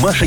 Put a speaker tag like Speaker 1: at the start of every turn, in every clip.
Speaker 1: Маша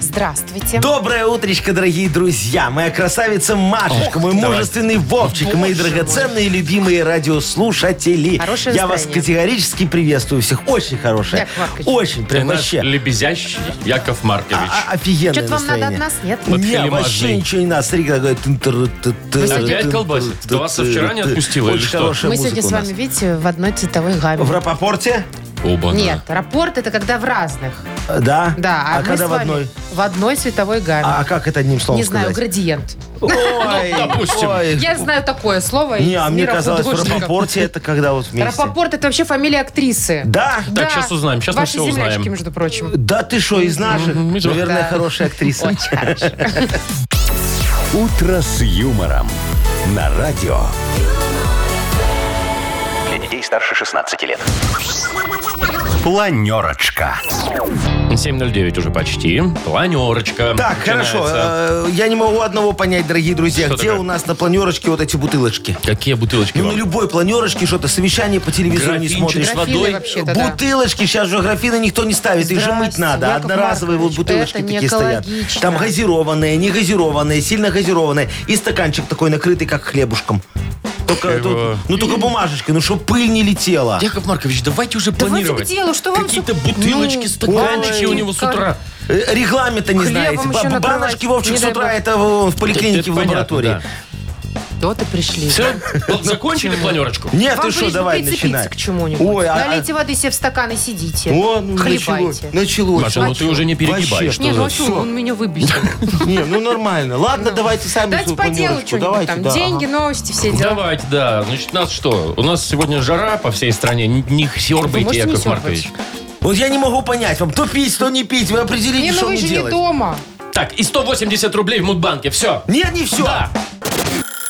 Speaker 2: Здравствуйте.
Speaker 3: Доброе утречко, дорогие друзья. Моя красавица Машечка, мой
Speaker 4: давай.
Speaker 3: мужественный Вовчик, мои драгоценные любимые радиослушатели.
Speaker 2: Хорошее
Speaker 3: Я вас
Speaker 2: настроение.
Speaker 3: категорически приветствую всех. Очень хорошее.
Speaker 2: Яков Маркович.
Speaker 3: Очень,
Speaker 4: Ты
Speaker 3: прям
Speaker 4: наш
Speaker 3: вообще.
Speaker 4: лебезящий Яков Маркович.
Speaker 3: А- а- Офигенное
Speaker 2: Что-то вам надо
Speaker 3: настроение.
Speaker 2: от нас, нет?
Speaker 3: Не,
Speaker 4: Подхалимажный.
Speaker 3: вообще ничего не надо. Смотри, как говорит.
Speaker 4: Опять колбасит? Да вас со вчера не отпустила или
Speaker 3: Очень
Speaker 4: что?
Speaker 3: хорошая
Speaker 2: Мы сегодня
Speaker 3: музыка
Speaker 2: с
Speaker 3: у нас.
Speaker 2: вами, видите, в одной цветовой гамме.
Speaker 3: В Рапопорте?
Speaker 4: Оба.
Speaker 2: а, Нет, рапорт это когда в разных.
Speaker 3: Э, Да.
Speaker 2: Да, а,
Speaker 3: А
Speaker 2: мы
Speaker 3: когда
Speaker 2: с
Speaker 3: в
Speaker 2: вами
Speaker 3: одной?
Speaker 2: в одной цветовой гамме.
Speaker 3: А как это одним словом
Speaker 2: Не знаю,
Speaker 3: сказать?
Speaker 2: градиент.
Speaker 3: Ой,
Speaker 4: Ну, допустим.
Speaker 3: ой.
Speaker 2: Я знаю такое слово.
Speaker 3: Не,
Speaker 2: из
Speaker 3: а мне
Speaker 2: мира
Speaker 3: казалось, в
Speaker 2: художников.
Speaker 3: Рапопорте это когда вот вместе.
Speaker 2: Рапопорт это вообще фамилия актрисы.
Speaker 3: Да?
Speaker 4: Так, щас узнаем, щас мы
Speaker 2: Ваши
Speaker 4: всё
Speaker 2: землячки,
Speaker 4: узнаем.
Speaker 2: между прочим.
Speaker 3: Да ты что, из
Speaker 4: из
Speaker 3: наших?
Speaker 4: ваших.
Speaker 3: Наверное,
Speaker 2: Да.
Speaker 3: хорошая актриса.
Speaker 2: Очень хорошо.
Speaker 1: «Утро с юмором» на радио. Для детей старше 16 лет. Планерочка.
Speaker 4: 7.09 уже почти. Планерочка.
Speaker 3: Так, хорошо.
Speaker 4: начинается.
Speaker 3: э, Я не могу одного понять, дорогие друзья.
Speaker 4: Что
Speaker 3: Где
Speaker 4: такое?
Speaker 3: у нас на планерочке вот эти бутылочки?
Speaker 2: э,
Speaker 4: Какие бутылочки
Speaker 3: Ну, на
Speaker 4: вам?
Speaker 3: любой планерочке что-то, совещание по телевизору не
Speaker 4: Графинчик
Speaker 3: смотришь.
Speaker 4: с
Speaker 2: Графины
Speaker 4: водой.
Speaker 2: вообще-то, да.
Speaker 3: Бутылочки, сейчас же графины никто не ставит, их же мыть
Speaker 2: Здрасте,
Speaker 3: надо.
Speaker 2: Яков
Speaker 3: Одноразовые вот
Speaker 2: Маркович,
Speaker 3: бутылочки
Speaker 2: это не
Speaker 3: такие стоят.
Speaker 2: экологично.
Speaker 3: Там газированные, не газированные, сильно газированные. И стаканчик такой накрытый, как хлебушком. Только,
Speaker 4: Чего?
Speaker 3: тут- ну только бумажечкой, ну чтоб пыль не летела.
Speaker 4: Яков Маркович, давайте уже
Speaker 2: Давайте к
Speaker 4: планировать.
Speaker 2: делу, что вам
Speaker 4: Какие-то
Speaker 2: всё-
Speaker 4: бутылочки,
Speaker 2: Ну,
Speaker 4: стаканчики у
Speaker 2: ой,
Speaker 4: него с
Speaker 2: как-
Speaker 4: утра.
Speaker 3: Э, Регламента не
Speaker 2: Хлебом
Speaker 3: знаете.
Speaker 2: еще
Speaker 3: Ба-
Speaker 2: накрывать,
Speaker 3: Баночки Вовчик
Speaker 2: не
Speaker 3: с
Speaker 2: дай
Speaker 3: утра,
Speaker 2: бог.
Speaker 3: это вон в поликлинике,
Speaker 4: Это
Speaker 3: в
Speaker 4: понятно,
Speaker 3: лаборатории.
Speaker 4: да.
Speaker 2: Кто-то пришли.
Speaker 4: Все,
Speaker 2: Ну,
Speaker 4: закончили планерочку?
Speaker 3: Нет,
Speaker 2: Вам
Speaker 3: ты что,
Speaker 2: ближе
Speaker 3: давай
Speaker 2: прицепиться
Speaker 3: начинай.
Speaker 2: к чему-нибудь.
Speaker 3: Ой, а-
Speaker 2: Налейте воды себе в стакан и сидите.
Speaker 3: О, ну
Speaker 2: Хлебайте.
Speaker 3: началось. Началось.
Speaker 4: Маша, ну ты уже не перегибаешь.
Speaker 3: Вообще.
Speaker 2: Не, ну а
Speaker 4: за-
Speaker 2: что, он меня выбесил.
Speaker 3: Не, ну нормально. Ладно, давайте сами
Speaker 2: Дайте
Speaker 3: свою
Speaker 2: по делу
Speaker 3: планерочку.
Speaker 2: что-нибудь
Speaker 3: Давайте,
Speaker 2: там.
Speaker 3: да,
Speaker 2: Деньги, новости, все дела.
Speaker 4: Давайте, да. Значит, нас что? У нас сегодня жара по всей стране. Н- Не
Speaker 2: Вы
Speaker 4: сербайте,
Speaker 2: можете не
Speaker 4: Яков
Speaker 2: сербать?
Speaker 4: Маркович.
Speaker 3: ага. Вот я не могу понять вам, то пить, то не пить. Вы определите,
Speaker 2: Не, ну
Speaker 3: что
Speaker 2: вы
Speaker 3: мне
Speaker 2: же не
Speaker 3: делать.
Speaker 2: дома.
Speaker 4: Так, и 180 рублей в Мудбанке. Все.
Speaker 3: Нет, не все.
Speaker 4: Да.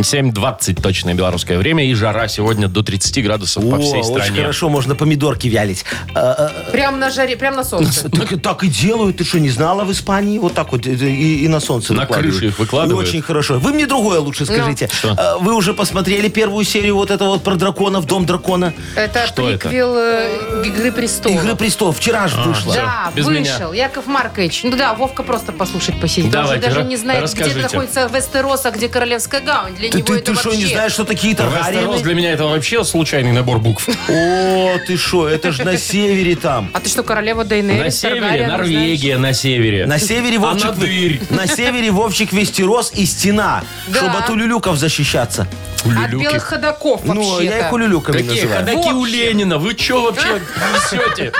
Speaker 4: 7.20 точное белорусское время. И жара сегодня до 30 градусов
Speaker 3: О,
Speaker 4: по всей
Speaker 3: очень
Speaker 4: стране.
Speaker 3: хорошо, можно помидорки вялить. А,
Speaker 2: Прям на жаре, прям на солнце.
Speaker 3: а, так, и- так и делают, ты что, не знала в Испании? Вот так вот э, и, и на солнце
Speaker 4: На
Speaker 3: выкладывают.
Speaker 4: крыше их выкладывают?
Speaker 3: И Очень хорошо. Вы мне другое лучше
Speaker 2: Ну.
Speaker 3: скажите.
Speaker 4: Что?
Speaker 3: А, Вы уже посмотрели первую серию вот этого вот про драконов, Дом дракона?
Speaker 2: Это
Speaker 4: Что это?
Speaker 2: приквел э, «Игры престолов».
Speaker 3: Игры престолов, вчера
Speaker 4: А,
Speaker 3: же вышла.
Speaker 2: Да,
Speaker 4: Всё, без
Speaker 2: вышел. Яков Маркович. Ну да, Вовка просто послушать посидит. Он же
Speaker 4: Давайте,
Speaker 2: даже
Speaker 4: ра-
Speaker 2: не знает,
Speaker 4: расскажите.
Speaker 2: где находится Вестерос, а где Королевская гавань. Для
Speaker 3: Ты,
Speaker 2: него
Speaker 3: ты,
Speaker 2: это
Speaker 3: ты что, не
Speaker 2: вообще-
Speaker 3: знаешь, что такие
Speaker 4: Вестерос
Speaker 3: таргариены?
Speaker 4: для меня это вообще случайный набор букв.
Speaker 3: О, ты что, это же на севере там.
Speaker 2: А ты что, королева Дейнерис?
Speaker 4: На севере
Speaker 2: Таргариен, знаешь?
Speaker 4: Норвегия, на севере.
Speaker 3: На севере Вовчик...
Speaker 4: Анадырь.
Speaker 3: На севере Вовчик Вестерос и стена,
Speaker 2: Да.
Speaker 3: чтобы от улюлюков защищаться.
Speaker 2: От А белых ходоков
Speaker 3: Ну,
Speaker 2: вообще
Speaker 3: я их улюлюками
Speaker 4: Какие
Speaker 3: называю.
Speaker 4: ходаки у
Speaker 2: Вообще.
Speaker 4: Ленина? Вы что вообще несете?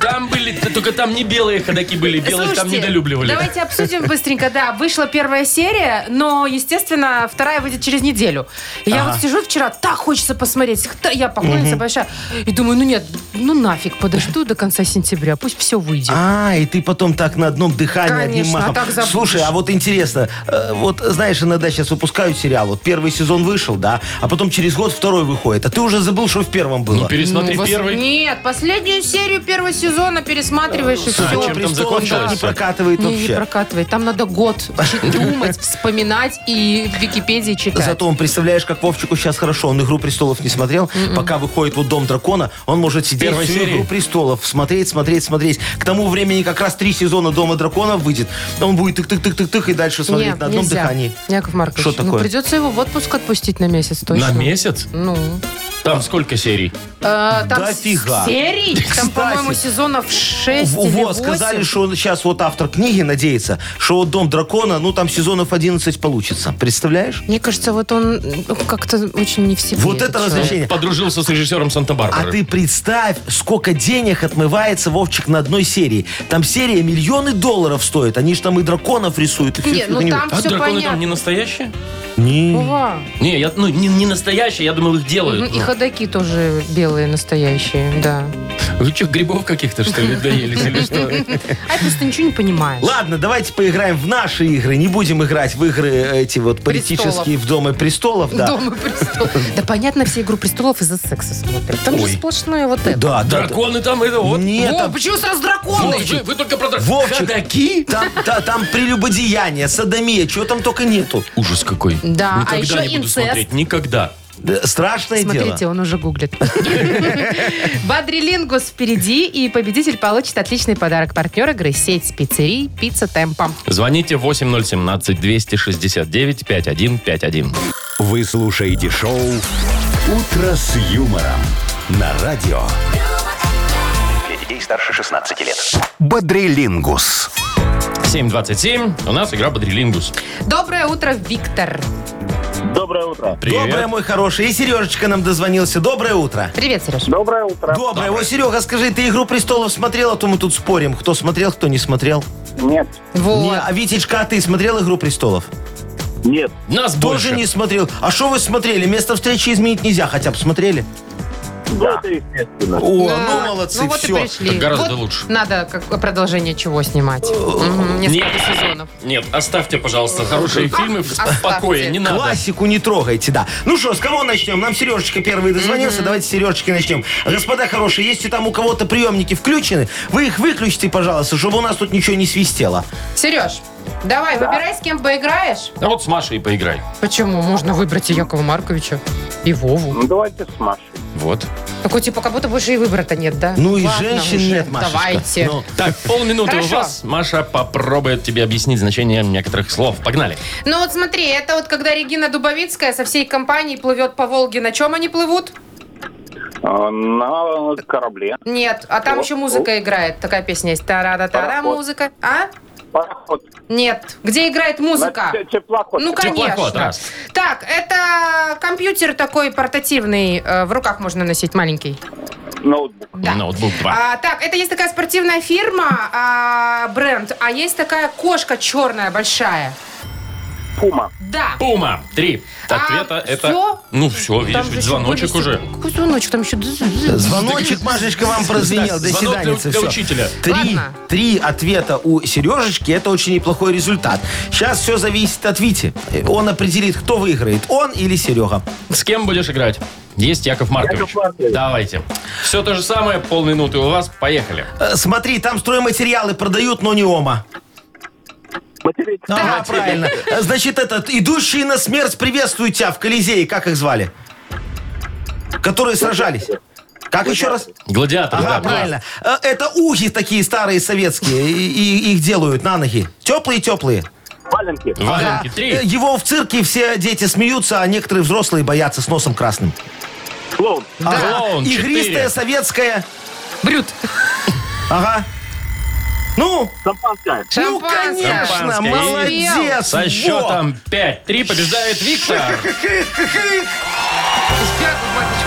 Speaker 4: Там были, т- только там не белые ходаки были, белых там недолюбливали.
Speaker 2: давайте обсудим быстренько. Да, вышла первая серия, но, естественно, вторая выйдет через неделю. И Я вот сижу вчера, так хочется посмотреть. Та- Я поклонница большая. И думаю, ну нет, ну нафиг, подожду до конца сентября. Пусть все выйдет.
Speaker 3: А, и ты потом так на одном дыхании одним
Speaker 2: Конечно, а
Speaker 3: махом.
Speaker 2: так забудешь.
Speaker 3: Слушай, а вот интересно, э, вот знаешь, иногда сейчас выпускают сериал, вот первый сезон вышел, да, а потом через год второй выходит, а ты уже забыл, что в первом было.
Speaker 4: Ну, пересмотри
Speaker 2: Ну, вас-
Speaker 4: первый.
Speaker 2: Нет, последнюю серию первого сезона пересматриваешь и
Speaker 3: Всё,
Speaker 4: А, чем
Speaker 2: все.
Speaker 4: там
Speaker 3: «Престолов»
Speaker 4: закончилось-то?
Speaker 3: так не прокатывает
Speaker 2: Не, не
Speaker 3: вообще.
Speaker 2: прокатывает. Там надо год думать, вспоминать и в Википедии читать.
Speaker 3: Зато он, представляешь, как Вовчику сейчас хорошо. Он «Игру престолов» не смотрел.
Speaker 2: М-м.
Speaker 3: Пока выходит вот «Дом дракона», он может сидеть
Speaker 4: Первой
Speaker 3: всю
Speaker 4: серии.
Speaker 3: «Игру престолов» смотреть, смотреть, смотреть. К тому времени как раз три сезона «Дома дракона» выйдет. Он будет тык-тык-тык-тык и дальше смотреть
Speaker 2: Нет,
Speaker 3: на одном
Speaker 2: нельзя.
Speaker 3: дыхании.
Speaker 2: Яков Маркович,
Speaker 3: Что
Speaker 2: ну
Speaker 3: такое?
Speaker 2: придется его в отпуск отпустить на месяц точно.
Speaker 4: На месяц?
Speaker 2: Ну.
Speaker 4: Там сколько серий?
Speaker 2: Э, там
Speaker 3: Да
Speaker 2: с-
Speaker 3: фига.
Speaker 2: серий? Там,
Speaker 3: Кстати.
Speaker 2: по-моему, сезонов 6
Speaker 3: В-
Speaker 2: или 8.
Speaker 3: Вот, сказали, что он сейчас вот автор книги надеется, что вот «Дом дракона», ну там сезонов 11 получится. Представляешь?
Speaker 2: Мне кажется, вот он м, как-то очень не в себе.
Speaker 3: Вот
Speaker 2: этот
Speaker 3: это
Speaker 2: человек.
Speaker 3: развлечение.
Speaker 4: Подружился с режиссером
Speaker 3: А
Speaker 4: Санта-Барбары.
Speaker 3: ты представь, сколько денег отмывается Вовчик на одной серии. Там серия миллионы долларов стоит. Они же там и драконов рисуют. И всю
Speaker 2: Не,
Speaker 3: эту
Speaker 2: ну
Speaker 3: хрень.
Speaker 2: там
Speaker 4: А
Speaker 2: все
Speaker 4: драконы
Speaker 2: понятно.
Speaker 4: там не настоящие?
Speaker 3: Не.
Speaker 2: Ува.
Speaker 4: Не, я, ну, не, не настоящие, я думал, их
Speaker 2: Ну,
Speaker 4: делают.
Speaker 2: и
Speaker 4: Ну,
Speaker 2: ходаки тоже белые настоящие, да.
Speaker 4: Вы что, грибов каких-то, что ли, доелись или что?
Speaker 2: А ты просто ничего не понимаешь.
Speaker 3: Ладно, давайте поиграем в наши игры. Не будем играть в игры эти вот политические
Speaker 2: Престолов.
Speaker 3: в Доме престолов. Да.
Speaker 2: Дома престолов. Да понятно, все «Игру престолов» из-за секса смотрят. Там же
Speaker 3: Ой.
Speaker 2: сплошное вот это.
Speaker 3: Да, да.
Speaker 4: Драконы там, это вот.
Speaker 3: Нет,
Speaker 2: О,
Speaker 3: там-
Speaker 2: почему сразу
Speaker 4: Вот,
Speaker 2: драконы?
Speaker 4: Вы вы только про драконов.
Speaker 3: Вовчик.
Speaker 4: Ходаки?
Speaker 3: Там, да, там прелюбодеяние, садомия, чего там только нету.
Speaker 4: Ужас какой.
Speaker 2: Да,
Speaker 4: Никогда
Speaker 2: а еще
Speaker 4: не буду
Speaker 2: инцест.
Speaker 4: смотреть. Никогда.
Speaker 3: Да, Страшное дело.
Speaker 2: Смотрите, он уже гуглит. Бадрилингус впереди, и победитель получит отличный подарок. Партнер игры сеть пиццерий «Пицца Темпа».
Speaker 4: Звоните 8017-269-5151.
Speaker 1: Вы слушаете шоу «Утро с юмором» на радио. Для детей старше 16 лет. Бодрилингус.
Speaker 4: 7.27. У нас игра Бодрилингус.
Speaker 2: Доброе утро, Виктор.
Speaker 5: Доброе утро.
Speaker 4: Привет.
Speaker 3: Доброе, мой хороший. И Сережечка нам дозвонился. Доброе утро.
Speaker 2: Привет, Сереж.
Speaker 5: Доброе утро.
Speaker 3: Доброе. О, Серега, скажи, ты «Игру престолов» смотрел, а то мы тут спорим, кто смотрел, кто не смотрел.
Speaker 5: Нет,
Speaker 3: Не,
Speaker 2: Вот.
Speaker 3: а Витечка, а ты смотрел «Игру престолов»?
Speaker 5: нет.
Speaker 4: Нас
Speaker 3: Тоже
Speaker 4: больше.
Speaker 3: не смотрел. А что вы смотрели? Место встречи изменить нельзя, хотя бы смотрели.
Speaker 5: Ну, это естественно.
Speaker 3: О,
Speaker 2: Да.
Speaker 3: ну молодцы,
Speaker 2: Ну вот и
Speaker 3: все.
Speaker 2: пришли.
Speaker 4: Так гораздо
Speaker 2: Вот
Speaker 4: лучше.
Speaker 2: Надо как- продолжение чего снимать. Мгм, Несколько
Speaker 4: Нет.
Speaker 2: сезонов.
Speaker 4: Нет, оставьте, пожалуйста, хорошие фильмы в
Speaker 2: Оставьте.
Speaker 4: покое. Не надо.
Speaker 3: Классику не трогайте, да. Ну что, с кого начнем? Нам Сережечка первый дозвонился. Давайте с Сережечки начнем. Господа хорошие, если там у кого-то приемники включены, вы их выключите, пожалуйста, чтобы у нас тут ничего не свистело.
Speaker 2: Сереж, давай, выбирай, с кем поиграешь.
Speaker 4: А вот с Машей поиграй.
Speaker 2: Почему? Можно выбрать и Якова Марковича, и Вову.
Speaker 5: Ну, давайте с Машей.
Speaker 4: Вот.
Speaker 2: Такой, типа, как будто больше и выбора-то нет, да?
Speaker 3: Ну и
Speaker 2: Ладно
Speaker 3: женщин
Speaker 2: уже,
Speaker 3: нет, Машечка.
Speaker 2: Давайте.
Speaker 3: Ну,
Speaker 4: Так, полминуты у
Speaker 2: Хорошо.
Speaker 4: вас. Маша попробует тебе объяснить значение некоторых слов. Погнали.
Speaker 2: Ну вот смотри, это вот когда Регина Дубовицкая со всей компанией плывет по Волге. На чем они плывут?
Speaker 5: А, На корабле.
Speaker 2: Нет. А там
Speaker 5: О,
Speaker 2: еще музыка играет. Такая песня есть. та тара
Speaker 5: Пароход.
Speaker 2: музыка. А?
Speaker 5: Пароход.
Speaker 2: Нет. Где играет музыка?
Speaker 5: На те- теплоход.
Speaker 2: Ну,
Speaker 4: Теплоход,
Speaker 2: конечно.
Speaker 4: раз.
Speaker 2: Так, это компьютер такой портативный. э, В руках можно носить, маленький.
Speaker 5: Ноутбук.
Speaker 2: Да.
Speaker 4: Ноутбук 2.
Speaker 2: А, так, это есть такая спортивная фирма, а, бренд, а есть такая кошка черная, большая.
Speaker 5: Пума.
Speaker 2: Да.
Speaker 4: Пума. Три. Ответа это...
Speaker 2: А всё?
Speaker 4: Ну все,
Speaker 2: Там
Speaker 4: видишь,
Speaker 2: же
Speaker 4: ведь
Speaker 2: еще
Speaker 4: звоночек
Speaker 2: вывести-
Speaker 4: уже.
Speaker 2: Какой звоночек? Там еще...
Speaker 3: Звоночек, Машечка, вам прозвенел.
Speaker 4: Так,
Speaker 3: До
Speaker 4: звонок
Speaker 3: свидания.
Speaker 4: для- для учителя.
Speaker 3: Три,
Speaker 2: Ладно.
Speaker 3: три ответа у Сережечки – это очень неплохой результат. Сейчас все зависит от Вити. Он определит, кто выиграет, он или Серега.
Speaker 4: С кем будешь играть? Есть Яков Маркович.
Speaker 5: Яков Маркович.
Speaker 4: Давайте. Все то же самое, полминуты у вас. Поехали.
Speaker 3: Э, Смотри, там стройматериалы продают, но не ОМА.
Speaker 5: Материть.
Speaker 3: Ага, правильно. Э, Значит, этот, идущие на смерть приветствуют тебя в Колизее. Как их звали? Которые сражались. Как еще раз?
Speaker 4: Гладиатор.
Speaker 3: Ага,
Speaker 4: да,
Speaker 3: правильно. Э, Это ухи такие старые советские. И, и их делают на ноги. Теплые-теплые.
Speaker 5: Валенки.
Speaker 4: два. Валенки.
Speaker 3: Э,
Speaker 4: Три.
Speaker 3: Его в цирке все дети смеются, а некоторые взрослые боятся с носом красным.
Speaker 5: Клоун.
Speaker 4: Клоун.
Speaker 3: Игристая
Speaker 4: Четыре.
Speaker 3: советская.
Speaker 2: Брют.
Speaker 3: Ага. Ну,
Speaker 5: Шампанское.
Speaker 3: ну конечно,
Speaker 4: Шампанское.
Speaker 3: молодец.
Speaker 4: Со
Speaker 3: во.
Speaker 4: счетом 5-3 побеждает Виктор.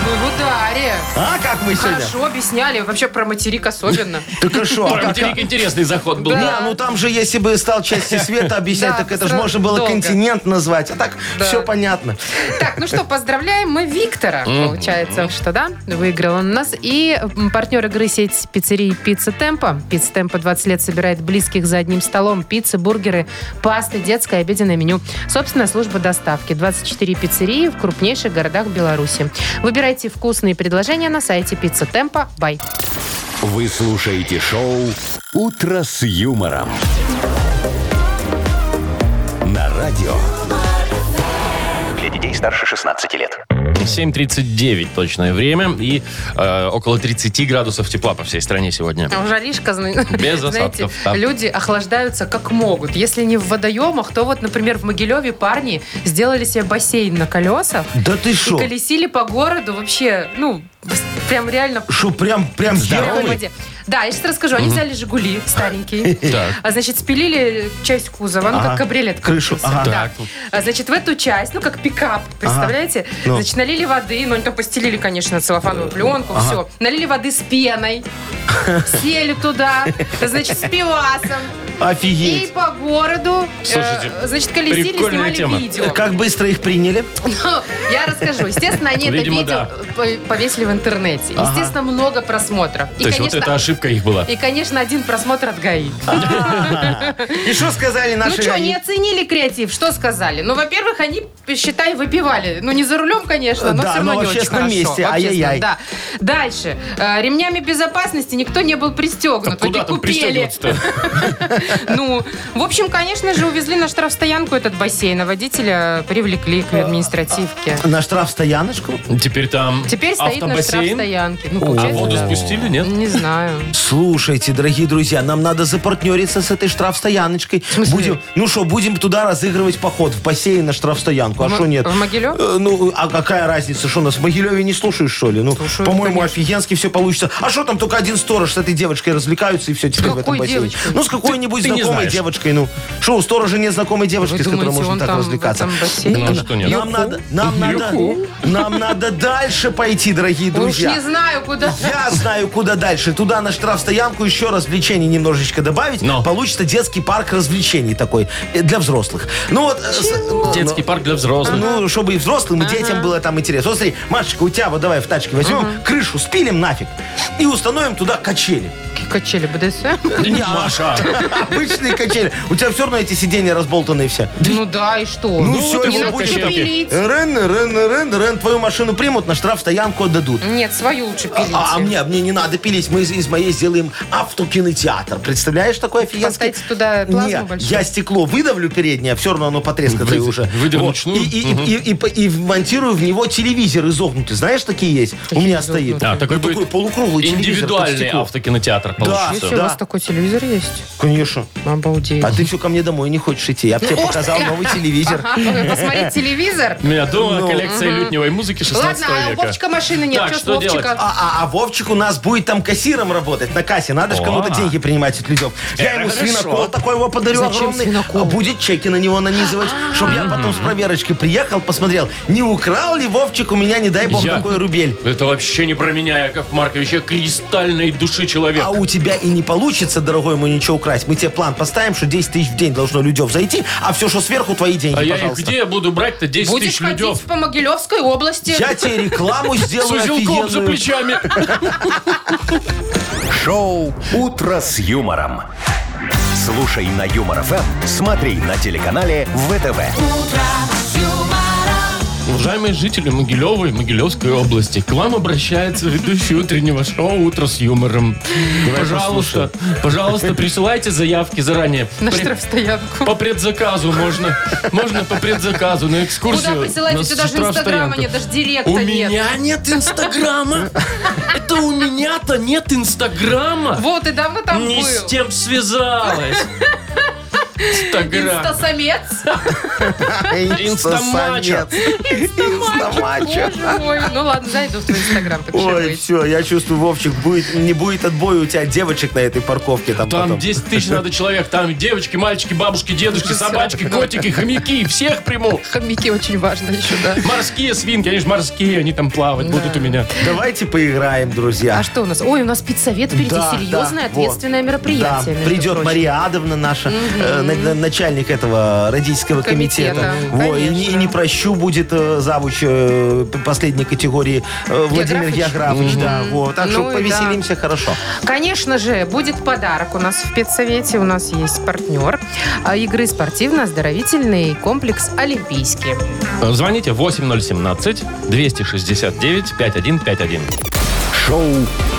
Speaker 2: в ударе.
Speaker 3: А как мы сегодня?
Speaker 2: Хорошо объясняли. Вообще про материк особенно.
Speaker 3: Так хорошо. а
Speaker 4: Прям
Speaker 3: как-
Speaker 4: Дерек, интересный заход был.
Speaker 2: Да.
Speaker 3: Не, ну там же, если бы стал части света объяснять,
Speaker 2: Да,
Speaker 3: так это же
Speaker 2: сразу
Speaker 3: можно было
Speaker 2: долго.
Speaker 3: континент назвать. А так
Speaker 2: Да.
Speaker 3: все понятно.
Speaker 2: Так, ну что, поздравляем мы Виктора. Получается, что да, выиграл он у нас. И м, партнер игры сеть пиццерий «Пицца Темпа». «Пицца Темпа» 20 лет собирает близких за одним столом. Пиццы, бургеры, пасты, детское обеденное меню. Собственная служба доставки. 24 пиццерии в крупнейших городах Беларуси. Выбирайте вкусные предложения на сайте «Пицца Темпа». Бай.
Speaker 1: Вы слушаете шоу «Утро с юмором». На радио.
Speaker 6: Для детей старше 16 лет.
Speaker 4: а 7.39 точное время и э, около 30 градусов тепла по всей стране сегодня.
Speaker 2: А Жаришка, зна-
Speaker 4: Без
Speaker 2: знаете,
Speaker 4: осадков, да.
Speaker 2: люди охлаждаются как могут. Если не в водоемах, то вот, например, в Могилеве парни сделали себе бассейн на колесах
Speaker 3: Да ты
Speaker 2: и
Speaker 3: шо?
Speaker 2: колесили по городу вообще, ну, с- прям реально в
Speaker 3: Шо, прям, прям
Speaker 2: прямой
Speaker 3: здоровый?
Speaker 2: воде. Да, я сейчас расскажу. Они взяли «Жигули» старенький,
Speaker 4: Так.
Speaker 2: а, значит, спилили часть кузова, ну,
Speaker 3: Ага.
Speaker 2: как кабриолет.
Speaker 3: Крышу,
Speaker 2: получился.
Speaker 3: ага.
Speaker 2: Да. А, Значит, в эту часть, ну, как пикап, представляете?
Speaker 3: Ну.
Speaker 2: Значит, налили воды, ну, они там постелили, конечно,
Speaker 4: Э,
Speaker 2: целлофановую пленку, все. Налили воды с пеной, сели туда, значит, с пивасом. И
Speaker 3: Офигеть.
Speaker 2: по городу, э,
Speaker 4: Слушайте,
Speaker 2: значит, колесили,
Speaker 4: прикольная
Speaker 2: снимали
Speaker 4: тема. Э,
Speaker 2: видео.
Speaker 3: Как быстро их приняли?
Speaker 2: Ну, Я расскажу. Естественно, они это
Speaker 4: Видимо,
Speaker 2: видео
Speaker 4: да.
Speaker 2: по- повесили в интернете. Естественно, много просмотров. И,
Speaker 4: То есть вот
Speaker 2: конечно,
Speaker 4: эта ошибка их была.
Speaker 2: и, конечно, один просмотр от ГАИ.
Speaker 3: И что сказали
Speaker 2: Ну
Speaker 3: А наши
Speaker 2: что,
Speaker 3: они?
Speaker 2: не оценили креатив? Что сказали? Ну, во-первых, они, считай, выпивали. Ну, не за рулем, конечно, но
Speaker 3: Да,
Speaker 2: все равно
Speaker 3: но в
Speaker 2: не очень
Speaker 3: общественном
Speaker 2: хорошо.
Speaker 3: месте,
Speaker 2: В общественном,
Speaker 3: ай-яй-яй.
Speaker 2: Да. Дальше. Э, Ремнями безопасности никто не был пристегнут. Вот
Speaker 4: Куда
Speaker 2: и
Speaker 4: там
Speaker 2: купили.
Speaker 4: пристегиваться-то?
Speaker 2: Ну, в общем, конечно же, увезли на штрафстоянку этот бассейн, а водителя привлекли к административке.
Speaker 3: На штраф стояночку?
Speaker 4: Теперь там
Speaker 2: Теперь стоит на
Speaker 4: автобассейн.
Speaker 2: штрафстоянке. Ну,
Speaker 4: А
Speaker 2: получается,
Speaker 4: воду
Speaker 2: да.
Speaker 4: спустили, нет?
Speaker 2: Не знаю.
Speaker 3: Слушайте, дорогие друзья, нам надо запартнериться с этой штрафстояночкой.
Speaker 2: смысле?
Speaker 3: Будем, ну что, будем туда разыгрывать поход в бассейн на штрафстоянку. А
Speaker 2: М-
Speaker 3: что нет?
Speaker 2: в Могилев?
Speaker 3: Э, ну, а какая разница, что нас в Могилеве не слушаешь, что ли? Ну,
Speaker 2: Слушаю,
Speaker 3: по-моему, офигенски все получится. А что там, только один сторож с этой девочкой развлекаются и все теперь в этом
Speaker 2: какой
Speaker 3: бассейне.
Speaker 2: девочкой?
Speaker 3: Ну, с какой-нибудь
Speaker 4: ты не
Speaker 3: знакомой
Speaker 4: знаешь.
Speaker 3: девочкой. Ну, что, у сторожа нет знакомой девочки,
Speaker 2: Вы
Speaker 3: с которой
Speaker 2: думаете,
Speaker 3: можно
Speaker 2: он
Speaker 3: так
Speaker 2: там в
Speaker 3: развлекаться?
Speaker 2: этом бассейне?
Speaker 4: Ну, а что нет?
Speaker 3: Нам надо, нам надо, нам надо дальше пойти, дорогие
Speaker 2: Ну, Уж
Speaker 3: друзья.
Speaker 2: не знаю, куда...
Speaker 3: Я знаю, куда дальше. Туда на штрафстоянку еще развлечений немножечко добавить.
Speaker 4: Но.
Speaker 3: Получится детский парк развлечений такой э, для взрослых. Ну вот... э, с- ну,
Speaker 4: Детский парк для взрослых.
Speaker 3: Ну, чтобы и взрослым, и детям было там интересно. Вот смотри, Машечка, у тебя вот давай в тачке возьмем, крышу спилим нафиг и установим туда качели.
Speaker 2: Какие Качели БДСМ?
Speaker 4: Не, Маша.
Speaker 3: Обычные качели. У тебя все равно эти сиденья разболтанные все.
Speaker 2: Ну да, и типа. что?
Speaker 3: Ну,
Speaker 4: вот
Speaker 3: все,
Speaker 4: и
Speaker 2: не
Speaker 3: не
Speaker 4: вот
Speaker 3: будешь
Speaker 4: качели.
Speaker 3: там.
Speaker 2: напилить.
Speaker 3: Рен, рен, рен, рен, твою машину примут, на штрафстоянку отдадут.
Speaker 2: Нет, свою лучше пилите.
Speaker 3: А, а мне, мне не надо пилить, мы из, из моей сделаем автокинотеатр. Представляешь, такой офигенский?
Speaker 2: Поставите туда плазму
Speaker 3: Не,
Speaker 2: большую.
Speaker 3: я стекло выдавлю переднее, все равно оно потресканное
Speaker 4: Вы-
Speaker 3: уже.
Speaker 4: выдернуть
Speaker 3: Вот.
Speaker 4: шнур?
Speaker 3: И, и, и- и- и по- и вмонтирую в него телевизор изогнутый. Знаешь, такие есть? У меня стоит.
Speaker 4: Да, такой
Speaker 3: Ну, такой
Speaker 4: будет
Speaker 3: полукруглый телевизор под
Speaker 4: Индивидуальный
Speaker 3: стекло.
Speaker 4: автокинотеатр получится.
Speaker 2: Если у
Speaker 3: да.
Speaker 2: вас такой телевизор есть,
Speaker 3: Конечно.
Speaker 2: обалдеть.
Speaker 3: А ты все ко мне домой не хочешь идти. Я бы тебе показал новый телевизор.
Speaker 2: Ага, вы посмотреть телевизор?
Speaker 4: У меня дома
Speaker 3: Ну.
Speaker 4: коллекция лютневой музыки 16
Speaker 2: Ладно, а у
Speaker 4: века.
Speaker 2: Вовчика машины нет.
Speaker 4: Так,
Speaker 2: Чё с
Speaker 4: что
Speaker 2: Вовчика?
Speaker 4: делать?
Speaker 3: А, а- а Вовчик у нас будет там кассиром работать на кассе. Надо же
Speaker 4: О.
Speaker 3: кому-то деньги принимать от людей. Я
Speaker 4: Это
Speaker 3: ему
Speaker 4: хорошо.
Speaker 3: свинокол такой его подарю
Speaker 2: Зачем
Speaker 3: огромный.
Speaker 2: свинокол?
Speaker 3: А будет чеки на него нанизывать, чтобы я потом с проверочки приехал, посмотрел, не украл ли Вовчик у меня, не дай бог,
Speaker 4: Я-
Speaker 3: такой рубель.
Speaker 4: Это вообще не про меня, Яков Маркович. Я кристальной души человек.
Speaker 3: А у тебя и не получится, дорогой мой, ничего украсть. Мы тебе план поставим, что 10 тысяч в день должно людям зайти, а все, что сверху, твои деньги,
Speaker 4: А я их
Speaker 3: пожалуйста.
Speaker 4: где буду брать-то 10
Speaker 2: Будешь
Speaker 4: тысяч людей?
Speaker 2: ходить по Могилевской области?
Speaker 3: Я тебе рекламу
Speaker 4: С
Speaker 3: сделаю
Speaker 4: узелком за
Speaker 3: офигенную.
Speaker 4: плечами.
Speaker 1: Шоу «Утро с юмором». Слушай на Юмор ФМ, смотри на телеканале ВТВ.
Speaker 4: Уважаемые жители Могилевой и Могилевской области, к вам обращается ведущий утреннего шоу «Утро с юмором». пожалуйста, пожалуйста, присылайте заявки заранее.
Speaker 2: На
Speaker 4: При-
Speaker 2: штрафстоянку.
Speaker 4: По предзаказу можно. Можно по предзаказу на экскурсию.
Speaker 2: Куда присылать?
Speaker 4: на
Speaker 2: У тебя даже
Speaker 4: штрафстоянку.
Speaker 2: инстаграма нет, даже директа
Speaker 4: У
Speaker 2: нет.
Speaker 4: меня нет инстаграма. Это у меня-то нет инстаграма.
Speaker 2: Вот, и давно там
Speaker 4: Не с
Speaker 2: был.
Speaker 4: тем связалась. Инстаграм.
Speaker 2: Инстасамец.
Speaker 4: Инстамачо.
Speaker 3: Инстамачо.
Speaker 2: Боже мой. Ну ладно, зайду в твой инстаграм, так что
Speaker 3: А Ой,
Speaker 2: быть.
Speaker 3: все, я чувствую, Вовчик, будет, не будет отбоя у тебя девочек на этой парковке там,
Speaker 4: Там
Speaker 3: потом.
Speaker 4: 10 тысяч надо человек. Там девочки, мальчики, бабушки, дедушки, собачки, котики, хомяки. Всех приму.
Speaker 2: Хомяки очень важно еще, да.
Speaker 4: Морские свинки, они же морские, они там плавать будут у меня.
Speaker 3: Давайте поиграем, друзья.
Speaker 2: А что у нас? Ой, у нас спецсовет впереди.
Speaker 3: Да,
Speaker 2: Серьезное,
Speaker 3: да,
Speaker 2: ответственное
Speaker 3: вот. Да,
Speaker 2: мероприятие. между
Speaker 3: придет
Speaker 2: прочим.
Speaker 3: Мария Адовна наша, э, на- на- начальник этого родительского комитета.
Speaker 2: Комитета,
Speaker 3: Во, и, не, и не
Speaker 2: конечно.
Speaker 3: прощу будет э, завуч э, п- последней категории э, Владимир
Speaker 2: Географыч?
Speaker 3: Географович. Да, вот. Так
Speaker 2: Ну
Speaker 3: что
Speaker 2: и
Speaker 3: повеселимся хорошо.
Speaker 2: Конечно же, будет подарок у нас в спецсовете. У нас есть партнер а, игры спортивно-оздоровительный комплекс «Олимпийский».
Speaker 4: Звоните 8017-269-5151.
Speaker 1: Шоу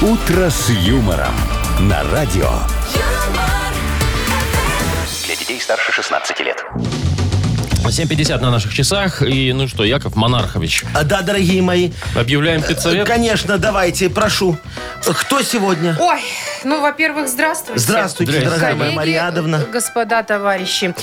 Speaker 1: «Утро с юмором» на радио.
Speaker 6: Для детей старше 16 лет.
Speaker 4: 7.50 на наших часах. И ну что, Яков Монархович,
Speaker 3: А, да, дорогие мои,
Speaker 4: объявляем спецсовет.
Speaker 3: конечно, давайте, прошу. Кто сегодня?
Speaker 2: Ой, ну, во-первых, здравствуйте.
Speaker 3: Здравствуйте,
Speaker 4: Здрасте.
Speaker 3: дорогая моя
Speaker 2: Коллеги,
Speaker 3: Мария Адовна.
Speaker 2: Господа, товарищи.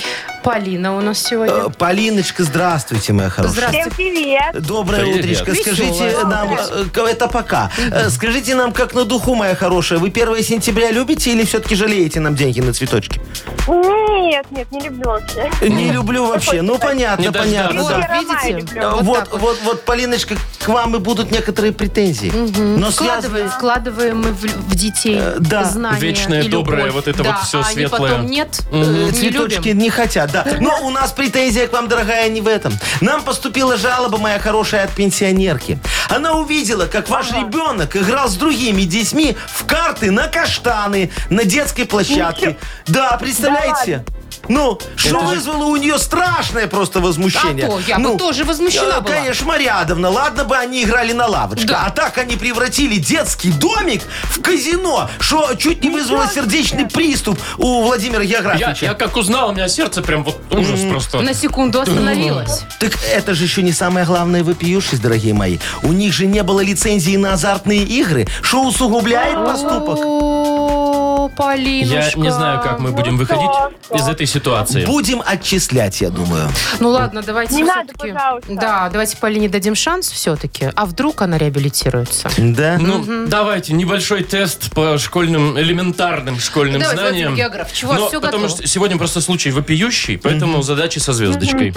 Speaker 2: Полина у нас сегодня.
Speaker 3: Э, Полиночка, здравствуйте, моя хорошая.
Speaker 7: Всем
Speaker 2: Здравствуйте.
Speaker 7: привет.
Speaker 3: Доброе
Speaker 4: Привет.
Speaker 3: утречко. Скажите
Speaker 2: Веселое.
Speaker 3: нам, э, к- это пока. Э, Скажите нам, как на духу, моя хорошая, вы 1 сентября любите или все-таки жалеете нам деньги на цветочки?
Speaker 7: Нет, нет, не люблю вообще.
Speaker 3: Не люблю вообще. Ну,
Speaker 4: Не
Speaker 3: понятно, понятно.
Speaker 4: дождаться.
Speaker 3: да.
Speaker 7: Я рома
Speaker 2: видите?
Speaker 7: люблю.
Speaker 3: Э,
Speaker 2: Вот
Speaker 3: Вот,
Speaker 2: так
Speaker 3: вот,
Speaker 2: вот.
Speaker 3: вот, Полиночка, к вам и будут некоторые претензии. Но
Speaker 2: Вкладываем,
Speaker 3: связаны...
Speaker 2: вкладываем мы в, в детей
Speaker 3: Ну, Э, да.
Speaker 2: знания
Speaker 4: Вечное
Speaker 2: и любовь.
Speaker 4: доброе, вот это
Speaker 2: Да,
Speaker 4: вот всё
Speaker 2: а они
Speaker 4: светлое.
Speaker 2: потом нет,
Speaker 3: Э,
Speaker 2: не
Speaker 3: Цветочки
Speaker 2: любим.
Speaker 3: не хотят, да. Но у нас претензия к вам, дорогая, не в этом. Нам поступила жалоба, моя хорошая, от пенсионерки. Она увидела, как ваш
Speaker 2: А.
Speaker 3: ребенок играл с другими детьми в карты на каштаны на детской площадке. Да, представляете? Ну, что вызвало у нее страшное просто возмущение.
Speaker 2: А то, я бы
Speaker 3: ну,
Speaker 2: тоже возмущена
Speaker 3: э,
Speaker 2: была.
Speaker 3: Конечно, Марьядовна, ладно бы они играли на лавочках.
Speaker 2: Да.
Speaker 3: А так они превратили детский домик в казино, что чуть не вызвало сердечный приступ у Владимира
Speaker 4: Я,
Speaker 3: Географича.
Speaker 4: я как узнал, у меня сердце прям вот ужас просто.
Speaker 2: На секунду остановилась.
Speaker 3: Так это же еще не самое главное вопиюшись, дорогие мои. У них же не было лицензии на азартные игры, что усугубляет поступок.
Speaker 2: О, Полинушка.
Speaker 4: Я не знаю, как мы будем выходить из этой ситуации.
Speaker 3: Будем отчислять, я думаю.
Speaker 2: Ну ладно, давайте
Speaker 7: Не надо,
Speaker 2: все-таки-
Speaker 7: пожалуйста.
Speaker 2: Да, давайте Полине дадим шанс все-таки. А вдруг она реабилитируется?
Speaker 3: Да?
Speaker 4: Ну, давайте небольшой тест по школьным, элементарным школьным
Speaker 2: Давай,
Speaker 4: знаниям.
Speaker 2: Владимир Географ, чего,
Speaker 4: Но
Speaker 2: всё
Speaker 4: потому
Speaker 2: готово.
Speaker 4: что сегодня просто случай вопиющий, поэтому задачи со звездочкой.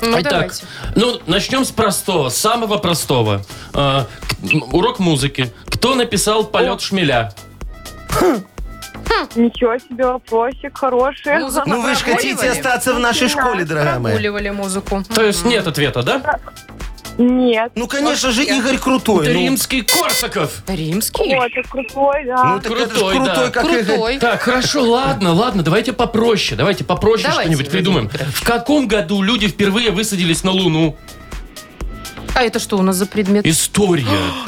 Speaker 2: Ну,
Speaker 4: Итак,
Speaker 2: давайте.
Speaker 4: ну, начнем с простого, с самого простого. Э, к- м, урок музыки. Кто написал полет шмеля?
Speaker 7: Ничего себе, вопросик хороший.
Speaker 2: Музыку.
Speaker 3: Ну вы же хотите
Speaker 2: прогуливали.
Speaker 3: остаться э. в нашей школе, дорогая моя.
Speaker 2: Прогуливали музыку.
Speaker 4: То есть нет ответа, да?
Speaker 7: Нет.
Speaker 3: Ну, конечно же, Игорь крутой. ну.
Speaker 4: Римский Корсаков.
Speaker 2: Римский?
Speaker 7: Вот, это крутой,
Speaker 3: Ну,
Speaker 7: да.
Speaker 3: так это
Speaker 4: Крутой,
Speaker 3: ж
Speaker 4: да.
Speaker 3: крутой, как Игорь.
Speaker 2: Крутой.
Speaker 4: Так, хорошо, ладно, ладно, давайте попроще, давайте попроще
Speaker 2: Давайте,
Speaker 4: что-нибудь придумаем.
Speaker 2: Владимир
Speaker 4: В каком году люди впервые высадились на Луну?
Speaker 2: А это что у нас за предмет?
Speaker 4: История.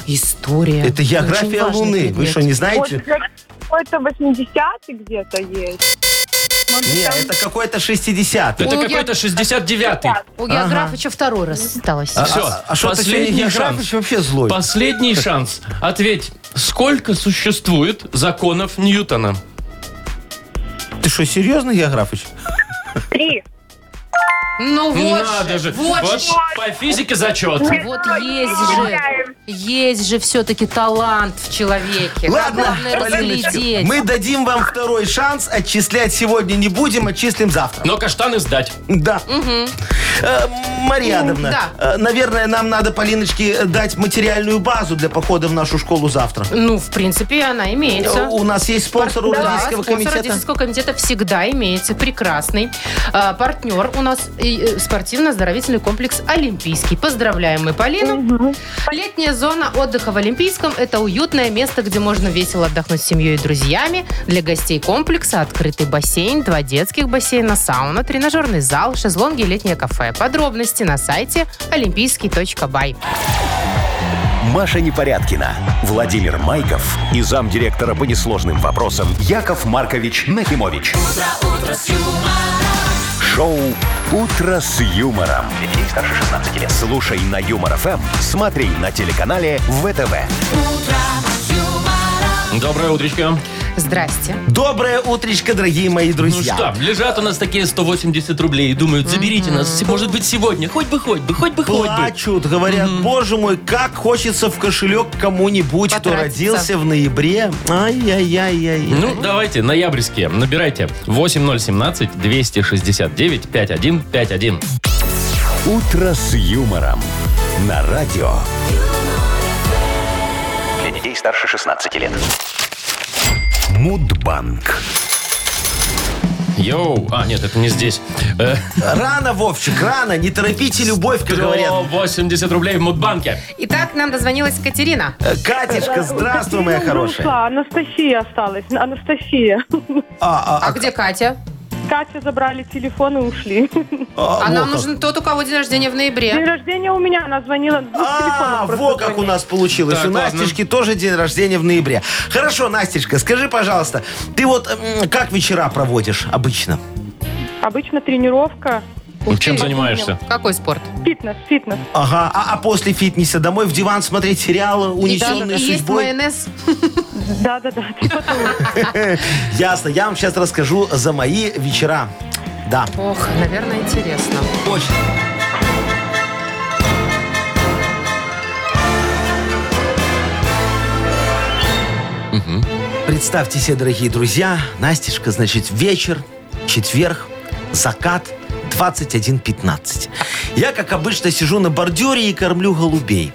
Speaker 2: История.
Speaker 3: Это
Speaker 2: Очень
Speaker 3: география
Speaker 2: важный
Speaker 3: Луны. Вы
Speaker 2: предмет.
Speaker 3: что, не
Speaker 7: Вот
Speaker 3: знаете?
Speaker 7: это какой-то 80-й где-то есть. Может,
Speaker 3: Не,
Speaker 7: там
Speaker 3: это какой-то 60
Speaker 4: Это
Speaker 2: Ой, я-
Speaker 4: какой-то 69-й.
Speaker 2: У Географыча второй раз осталось.
Speaker 4: Всё,
Speaker 3: А что ты сегодня
Speaker 4: последний
Speaker 3: Географович
Speaker 4: шанс.
Speaker 3: вообще злой?
Speaker 4: Последний шанс. Ответь, сколько существует законов Ньютона?
Speaker 3: Ты что, серьезно, Географович?
Speaker 7: Три.
Speaker 2: Ну вот
Speaker 4: Надо же.
Speaker 2: вот
Speaker 4: Вот
Speaker 2: же.
Speaker 4: по физике зачет.
Speaker 2: Вот есть же, есть же все-таки талант в человеке.
Speaker 3: Ладно,
Speaker 2: Главное
Speaker 3: Полиночка,
Speaker 2: разглядеть.
Speaker 3: мы дадим вам второй шанс. Отчислять сегодня не будем, отчислим завтра.
Speaker 4: Но каштаны сдать.
Speaker 3: Да. Э, Марьяновна,
Speaker 2: Ну, Да.
Speaker 3: э, наверное, нам надо Полиночке э, дать материальную базу для похода в нашу школу завтра.
Speaker 2: Ну, в принципе, она имеется.
Speaker 3: Э, У нас есть спонсор у
Speaker 2: Да,
Speaker 3: родительского
Speaker 2: спонсор
Speaker 3: комитета.
Speaker 2: родительского комитета всегда имеется. Прекрасный. А, партнер у нас и, э, спортивно-оздоровительный комплекс «Олимпийский». Поздравляем мы Полину. Летняя зона отдыха в Олимпийском – это уютное место, где можно весело отдохнуть с семьей и друзьями. Для гостей комплекса открытый бассейн, два детских бассейна, сауна, тренажерный зал, шезлонги и летнее кафе. Подробности на сайте олимпийский.бай.
Speaker 1: Маша Непорядкина, Владимир Майков и замдиректора по несложным вопросам Яков Маркович Нахимович. Шоу Утро с юмором. Для детей старше 16 лет. Слушай на юмор ФМ, смотри на телеканале ВТВ.
Speaker 4: Доброе утречко.
Speaker 2: Здрасте.
Speaker 3: Доброе утречко, дорогие мои
Speaker 4: Ну
Speaker 3: друзья.
Speaker 4: что, лежат у нас такие 180 рублей и думают, заберите нас, может быть, сегодня. Хоть бы, хоть бы, хоть бы, хоть бы.
Speaker 3: Плачут, говорят, боже мой, как хочется в кошелек кому-нибудь, кто
Speaker 2: Потратиться.
Speaker 3: родился в ноябре. Ай-яй-яй-яй.
Speaker 4: Ну, давайте, ноябрьские. Набирайте 8017-269-5151.
Speaker 1: Утро с юмором. На радио.
Speaker 6: Для детей старше 16 лет.
Speaker 1: Мудбанк.
Speaker 4: Йоу. А, нет, это не здесь. Э,
Speaker 3: Рано, Вовчик, рано, не торопите любовь, как говорят.
Speaker 4: 180 рублей в Мудбанке.
Speaker 2: Итак, нам дозвонилась Катерина.
Speaker 3: Э, Катюшка, здравствуй, моя хорошая.
Speaker 7: Ушла, Анастасия осталась. Анастасия.
Speaker 3: А, а,
Speaker 2: А где Катя?
Speaker 7: Катя забрали телефон и ушли.
Speaker 3: а,
Speaker 2: А
Speaker 3: во
Speaker 2: нам
Speaker 3: как.
Speaker 2: нужен тот, у кого день рождения в ноябре.
Speaker 7: День рождения у меня, она звонила. с двух
Speaker 3: А,
Speaker 7: телефонов просто
Speaker 3: во как у
Speaker 7: звонила.
Speaker 3: нас получилось.
Speaker 4: Так,
Speaker 3: у
Speaker 4: ладно.
Speaker 3: Настежки тоже день рождения в ноябре. Хорошо, Настежка, скажи, пожалуйста, ты вот м, как вечера проводишь обычно?
Speaker 7: Обычно тренировка.
Speaker 2: Ух
Speaker 4: Чем
Speaker 2: ты.
Speaker 4: занимаешься?
Speaker 2: Какой спорт?
Speaker 7: Фитнес, фитнес.
Speaker 3: Ага, а, а после фитнеса домой в диван смотреть
Speaker 2: И
Speaker 3: сериалы,
Speaker 2: там
Speaker 3: унесенные
Speaker 2: есть
Speaker 3: судьбой?
Speaker 2: майонез.
Speaker 7: Да-да-да, типа того.
Speaker 3: Ясно, я вам сейчас расскажу за мои вечера. Да.
Speaker 2: Ох, наверное, интересно.
Speaker 3: Очень. Представьте себе, дорогие друзья, Настежка, значит, вечер, четверг, закат, 21.15. Я, как обычно, сижу на бордюре и кормлю голубей.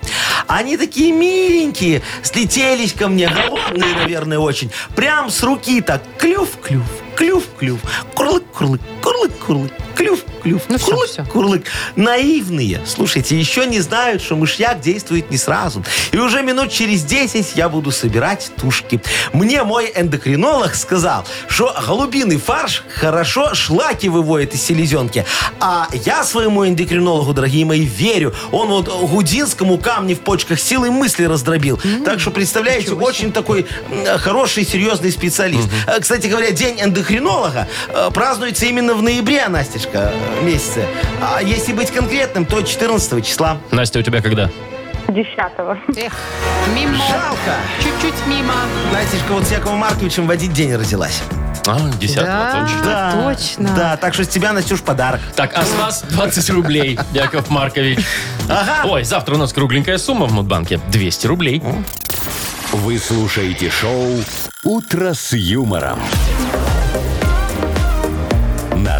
Speaker 3: Они такие миленькие, слетелись ко мне, голодные, наверное, очень. Прям с руки так, клюв-клюв, клюв-клюв, курлык-курлык, курлык-курлык, клюв-клюв,
Speaker 2: Ну всё,
Speaker 3: курлык,
Speaker 2: всё.
Speaker 3: Курлык. Наивные. Слушайте, еще не знают, что мышьяк действует не сразу. И уже минут через 10 я буду собирать тушки. Мне мой эндокринолог сказал, что голубиный фарш хорошо шлаки выводит из селезенки. А я своему эндокринологу, дорогие мои, верю. Он вот гудинскому камни в почках силы мысли раздробил. Так что, представляете, очень такой м, хороший, серьезный специалист. Э, Кстати говоря, день эндокринолога э, празднуется именно в ноябре, Настежка, э, месяце. А если быть конкретным, то 14 числа.
Speaker 4: Настя, у тебя когда?
Speaker 7: Десятого.
Speaker 2: Эх, мимо.
Speaker 3: Жалко.
Speaker 2: Чуть-чуть мимо.
Speaker 3: Настежка вот с Яковом Марковичем в один день родилась.
Speaker 4: А, 10
Speaker 2: Да. точно.
Speaker 3: Да, так что с тебя, Настюш, подарок.
Speaker 4: Так, а с вас 20 рублей, Яков Маркович. А,
Speaker 3: Ага.
Speaker 4: Ой, завтра у нас кругленькая сумма в Мудбанке. 200 рублей.
Speaker 1: Вы слушаете шоу «Утро с юмором». На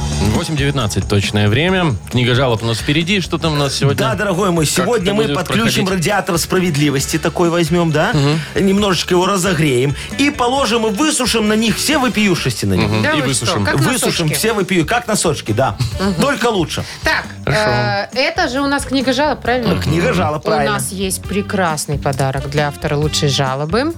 Speaker 4: 8.19 точное время. Книга жалоб у нас впереди. Что там у нас сегодня?
Speaker 3: Да, дорогой мой, сегодня
Speaker 4: это
Speaker 3: мы
Speaker 4: будет
Speaker 3: подключим
Speaker 4: проходить?
Speaker 3: радиатор справедливости такой возьмем, да? Немножечко его разогреем и положим и высушим на них все вопиюшести на них.
Speaker 2: Да
Speaker 4: И
Speaker 2: вы
Speaker 4: высушим.
Speaker 2: что, как
Speaker 3: высушим
Speaker 2: носочки?
Speaker 3: все выпью, как носочки, да. Только лучше.
Speaker 2: Так, э, это же у нас книга жалоб, правильно?
Speaker 3: Книга жалоб,
Speaker 2: У
Speaker 3: правильно.
Speaker 2: нас есть прекрасный подарок для автора лучшей жалобы.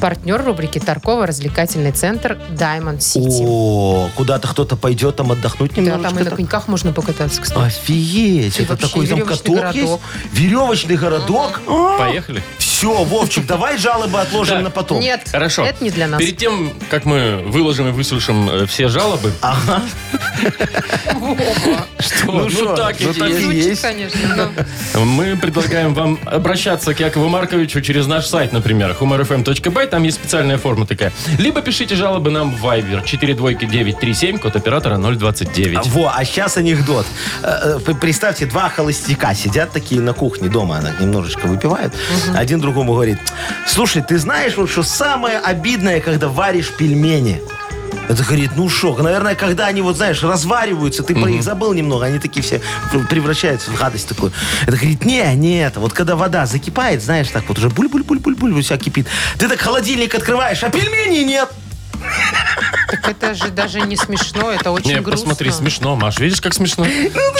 Speaker 2: Партнер рубрики Таркова развлекательный центр Diamond City.
Speaker 3: О, куда-то кто-то пойдет там отдохнуть
Speaker 2: Да,
Speaker 3: немножечко.
Speaker 2: там и на
Speaker 3: так.
Speaker 2: коньках можно покататься,
Speaker 4: А,
Speaker 2: кстати.
Speaker 3: Офигеть,
Speaker 2: И
Speaker 3: это
Speaker 2: вообще
Speaker 3: такой там
Speaker 2: веревочный
Speaker 3: каток
Speaker 2: городок.
Speaker 3: есть. Веревочный городок.
Speaker 4: Поехали.
Speaker 3: Все, Вовчик, давай жалобы отложим
Speaker 4: Так.
Speaker 3: на потом.
Speaker 2: Нет,
Speaker 4: Хорошо.
Speaker 2: это не для нас.
Speaker 4: Перед тем, как мы выложим и выслушаем э, все жалобы... Ага. Что?
Speaker 3: Ну шо,
Speaker 4: Ну так
Speaker 3: ну
Speaker 4: и
Speaker 3: так и
Speaker 4: есть.
Speaker 2: Ключик,
Speaker 3: есть.
Speaker 2: конечно. но-
Speaker 4: Мы предлагаем вам обращаться к Якову Марковичу через наш сайт, например, humorfm.by, там есть специальная форма такая. Либо пишите жалобы нам в Viber 42937, код оператора 029.
Speaker 3: А, Во, а сейчас анекдот. Э, э, п- Представьте, два холостяка сидят такие на кухне дома, она немножечко выпивают. Один другому говорит, слушай, ты знаешь, вот что самое обидное, когда варишь пельмени? Это говорит, ну шо, наверное, когда они вот, знаешь, развариваются, ты про их забыл немного, они такие все пр- превращаются в гадость такую. Это говорит, не, не это. Вот когда вода закипает, знаешь, так вот уже буль-буль-буль-буль-буль, вот вся кипит. Ты так холодильник открываешь, а пельменей нет.
Speaker 2: Так это же даже не смешно, это очень
Speaker 4: Не,
Speaker 2: грустно. Ну,
Speaker 4: посмотри, смешно, Маш, видишь, как смешно?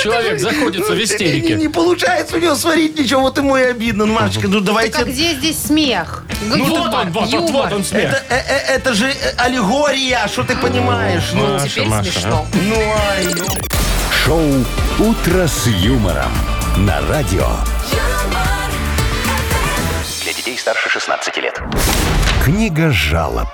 Speaker 4: Человек заходится в
Speaker 3: Не, не
Speaker 4: истерике.
Speaker 3: получается у него сварить ничего, вот ему и обидно. Ну, Машечка, ну
Speaker 2: Так а
Speaker 3: давайте...
Speaker 2: где здесь смех?
Speaker 4: Ну
Speaker 2: Юмор,
Speaker 4: вот он, вот, вот,
Speaker 2: юмор.
Speaker 4: вот он
Speaker 3: Это,
Speaker 4: смех.
Speaker 3: э, э, это же э, аллегория, что ты понимаешь? Ну,
Speaker 4: Маша,
Speaker 2: Теперь
Speaker 4: Маша, а?
Speaker 2: смешно.
Speaker 3: ну, ай, ну.
Speaker 1: Шоу «Утро с юмором». На радио.
Speaker 8: юмор,
Speaker 6: Для детей старше 16 лет.
Speaker 1: Книга жалоб.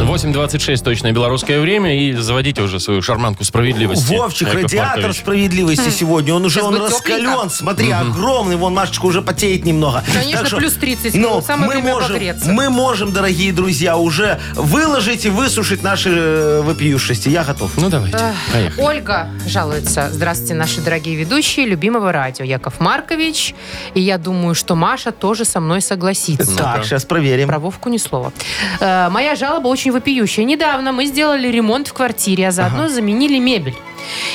Speaker 4: 8.26 точное белорусское время и заводите уже свою шарманку справедливости.
Speaker 3: Вовчик,
Speaker 4: Яков
Speaker 3: радиатор
Speaker 4: Маркович.
Speaker 2: Хм.
Speaker 3: справедливости сегодня. Он уже
Speaker 2: Сейчас
Speaker 3: он
Speaker 2: будет
Speaker 3: раскален,
Speaker 2: тепленько.
Speaker 3: смотри, огромный. Вон Машечка уже потеет немного.
Speaker 2: Конечно,
Speaker 3: Так что,
Speaker 2: плюс 30.
Speaker 3: Ну,
Speaker 2: Самое
Speaker 3: мы
Speaker 2: время
Speaker 3: можем,
Speaker 2: обогреться.
Speaker 3: мы можем, дорогие друзья, уже выложить и высушить наши э, вопиюшести. Я готов.
Speaker 4: Ну давайте, поехали.
Speaker 2: Ольга жалуется. Здравствуйте, наши дорогие ведущие любимого радио. Яков Маркович. И я думаю, что Маша тоже со мной согласится.
Speaker 3: Так, сейчас проверим.
Speaker 2: Про Вовку ни слова. Э, моя жалоба очень вопиющая. Недавно мы сделали ремонт в квартире, а заодно заменили мебель.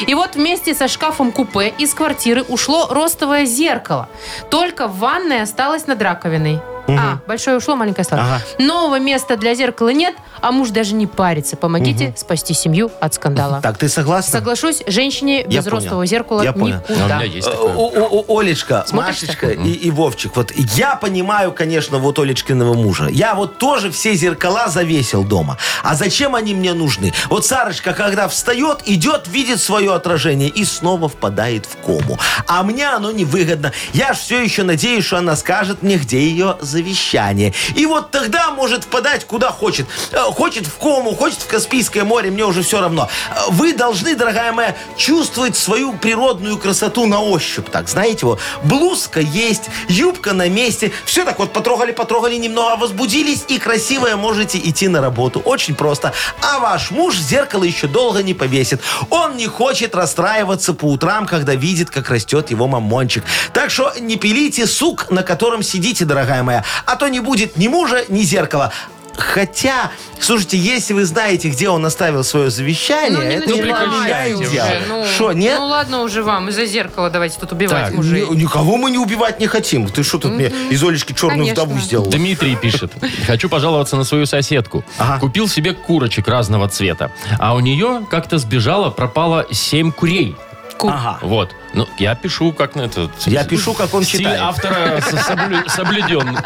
Speaker 2: И вот вместе со шкафом-купе из квартиры ушло ростовое зеркало. Только в ванной осталось над раковиной. А, большое ушло, маленькое осталось.
Speaker 3: Ага.
Speaker 2: Нового места для зеркала нет, а муж даже не парится. Помогите спасти семью от скандала.
Speaker 3: Так, ты согласна?
Speaker 2: Соглашусь, женщине без
Speaker 3: понял.
Speaker 2: ростового зеркала
Speaker 3: Я понял.
Speaker 4: А У
Speaker 2: никуда.
Speaker 4: меня есть
Speaker 3: Э, О-
Speaker 4: такое.
Speaker 3: о- о- Олечка,
Speaker 2: Смотришь
Speaker 3: Машечка и, и Вовчик, вот я понимаю, конечно, вот Олечкиного мужа. Я вот тоже все зеркала завесил дома. А зачем они мне нужны? Вот Сарочка, когда встает, идет, видит свое отражение и снова впадает в кому. А мне оно невыгодно. Я ж все еще надеюсь, что она скажет мне, где ее завещание. И вот тогда может впадать куда хочет. Э, хочет в Кому, хочет в Каспийское море, мне уже все равно. Э, Вы должны, дорогая моя, чувствовать свою природную красоту на ощупь, так, знаете, вот. Блузка есть, юбка на месте, все так вот потрогали-потрогали, немного а возбудились, и красивая можете идти на работу. Очень просто. А ваш муж зеркало еще долго не повесит. Он не хочет расстраиваться по утрам, когда видит, как растет его мамончик. Так что не пилите сук, на котором сидите, дорогая моя, а то не будет ни мужа, ни зеркала. Хотя, слушайте, если вы знаете, где он оставил свое завещание,
Speaker 2: Ну, не
Speaker 3: это не
Speaker 2: начинайте
Speaker 3: поменяет
Speaker 4: уже.
Speaker 3: дело.
Speaker 2: Ну,
Speaker 3: Что, нет?
Speaker 2: Ну ладно уже вам, из-за зеркала давайте тут убивать
Speaker 4: Так,
Speaker 2: мужей.
Speaker 3: Ни- Никого мы не убивать не хотим. Ты что тут мне из Олечки черную
Speaker 2: Конечно.
Speaker 3: вдову сделал?
Speaker 4: Дмитрий пишет. Хочу пожаловаться на свою соседку.
Speaker 3: Ага.
Speaker 4: Купил себе курочек разного цвета. А у нее как-то сбежало, пропало 7 курей.
Speaker 3: Ага.
Speaker 4: Вот. Ну, я пишу, как на этот...
Speaker 3: Я пишу, как он
Speaker 4: Стиль
Speaker 3: читает.
Speaker 4: автора со- соблю- соблюден.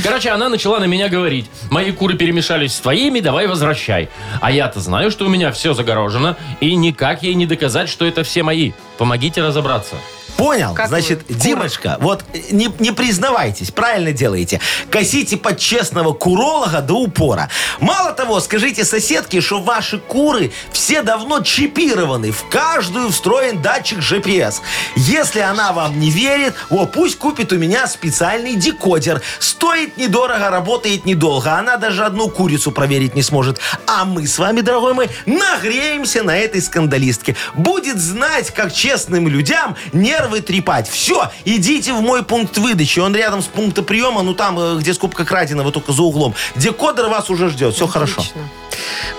Speaker 4: Короче, она начала на меня говорить. Мои куры перемешались с твоими, давай возвращай. А я-то знаю, что у меня все загорожено, и никак ей не доказать, что это все мои. Помогите разобраться.
Speaker 3: Понял.
Speaker 2: Какую?
Speaker 3: Значит,
Speaker 2: Курочку.
Speaker 3: Димочка, вот э, не, не признавайтесь, правильно делаете. Косите под честного куролога до упора. Мало того, скажите соседке, что ваши куры все давно чипированы. В каждую встроен датчик GPS. Если она вам не верит, о, пусть купит у меня специальный декодер. Стоит недорого, работает недолго. Она даже одну курицу проверить не сможет. А мы с вами, дорогой мой, нагреемся на этой скандалистке. Будет знать, как честным людям нервы трепать. Все, идите в мой пункт выдачи. Он рядом с пункта приема, ну там, э, где скупка краденого, только за углом. Декодер вас уже ждет. Все хорошо.
Speaker 2: Отлично.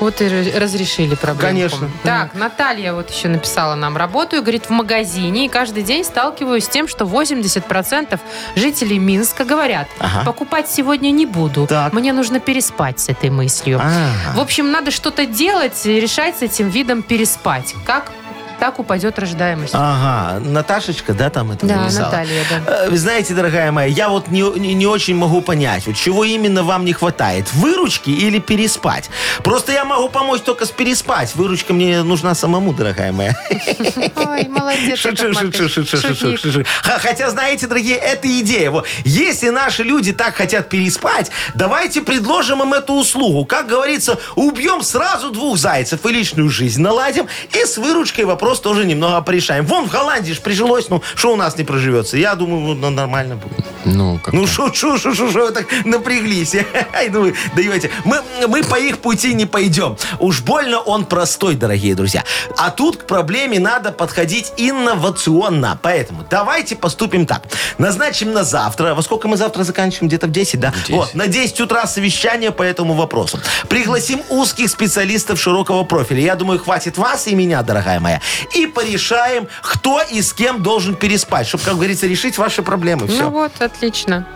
Speaker 2: Вот и раз- разрешили проблему.
Speaker 3: Конечно.
Speaker 2: Так, Наталья вот еще написала нам. Работаю, говорит, в магазине и каждый день сталкиваюсь с тем, что 80% жителей Минска говорят,
Speaker 3: Ага.
Speaker 2: покупать сегодня не буду.
Speaker 3: Так. А.
Speaker 2: Мне нужно переспать с этой мыслью. В
Speaker 3: Ага.
Speaker 2: общем, надо что-то делать и решать с этим видом переспать. Как так упадет рождаемость.
Speaker 3: А. Ага, Наташечка, да, там это
Speaker 2: да,
Speaker 3: написала?
Speaker 2: Наталья, да.
Speaker 3: Э, Вы знаете, дорогая моя, я вот не, не- не очень могу понять, вот чего именно вам не хватает, выручки или переспать. Просто я могу помочь только с переспать. Выручка мне нужна самому, дорогая моя.
Speaker 2: Ой, молодец.
Speaker 3: Шучу,
Speaker 2: Яков Маркович.
Speaker 3: шучу, шучу, шучу,
Speaker 2: Шутник.
Speaker 3: шучу. Х- Хотя, знаете, дорогие, это идея. Вот, если наши люди так хотят переспать, давайте предложим им эту услугу. Как говорится, убьем сразу двух зайцев и личную жизнь наладим, и с выручкой вопрос тоже немного порешаем. Вон в Голландии же прижилось, ну, что у нас не проживется? Я думаю, вот, ну, нормально будет.
Speaker 4: Ну, как
Speaker 3: Ну шо, шо, шо, шо, шо, вы так напряглись. Ай, ну вы даете. Мы, мы по их пути не пойдем. Уж больно он простой, дорогие друзья. А тут к проблеме надо подходить инновационно. Поэтому давайте поступим так. Назначим на завтра. Во сколько мы завтра заканчиваем? Где-то в 10, да? Вот, на 10 утра совещание по этому вопросу. Пригласим узких специалистов широкого профиля. Я думаю, хватит вас и меня, дорогая моя. И порешаем, кто и с кем должен переспать, чтобы, как говорится, решить ваши проблемы. Все.
Speaker 2: Ну вот, отлично.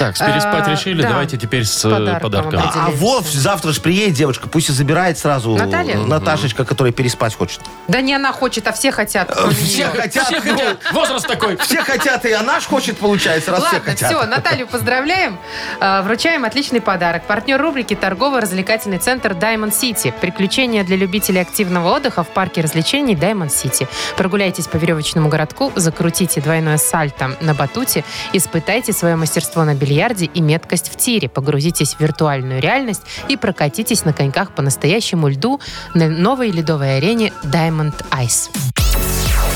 Speaker 4: Так, с переспать
Speaker 2: А,
Speaker 4: решили,
Speaker 2: да.
Speaker 4: давайте теперь с э,
Speaker 2: Подарком
Speaker 4: подарком.
Speaker 2: определим.
Speaker 3: А, а Вов завтра же приедет девочка, пусть и забирает сразу
Speaker 2: Наталья?
Speaker 3: Наташечка, которая переспать хочет.
Speaker 2: Да не она хочет, а все хотят. кроме
Speaker 3: Все
Speaker 2: нее.
Speaker 3: хотят,
Speaker 4: Все
Speaker 3: ну,
Speaker 4: хотят, возраст такой.
Speaker 3: все хотят, и она ж хочет, получается, раз
Speaker 2: Ладно,
Speaker 3: все хотят.
Speaker 2: все, Наталью поздравляем. Э, Вручаем отличный подарок. Партнер рубрики торгово-развлекательный центр Diamond City. Приключения для любителей активного отдыха в парке развлечений Diamond City. Прогуляйтесь по веревочному городку, закрутите двойное сальто на батуте, испытайте свое мастерство на бильярде и меткость в тире. Погрузитесь в виртуальную реальность и прокатитесь на коньках по настоящему льду на новой ледовой арене Diamond Ice.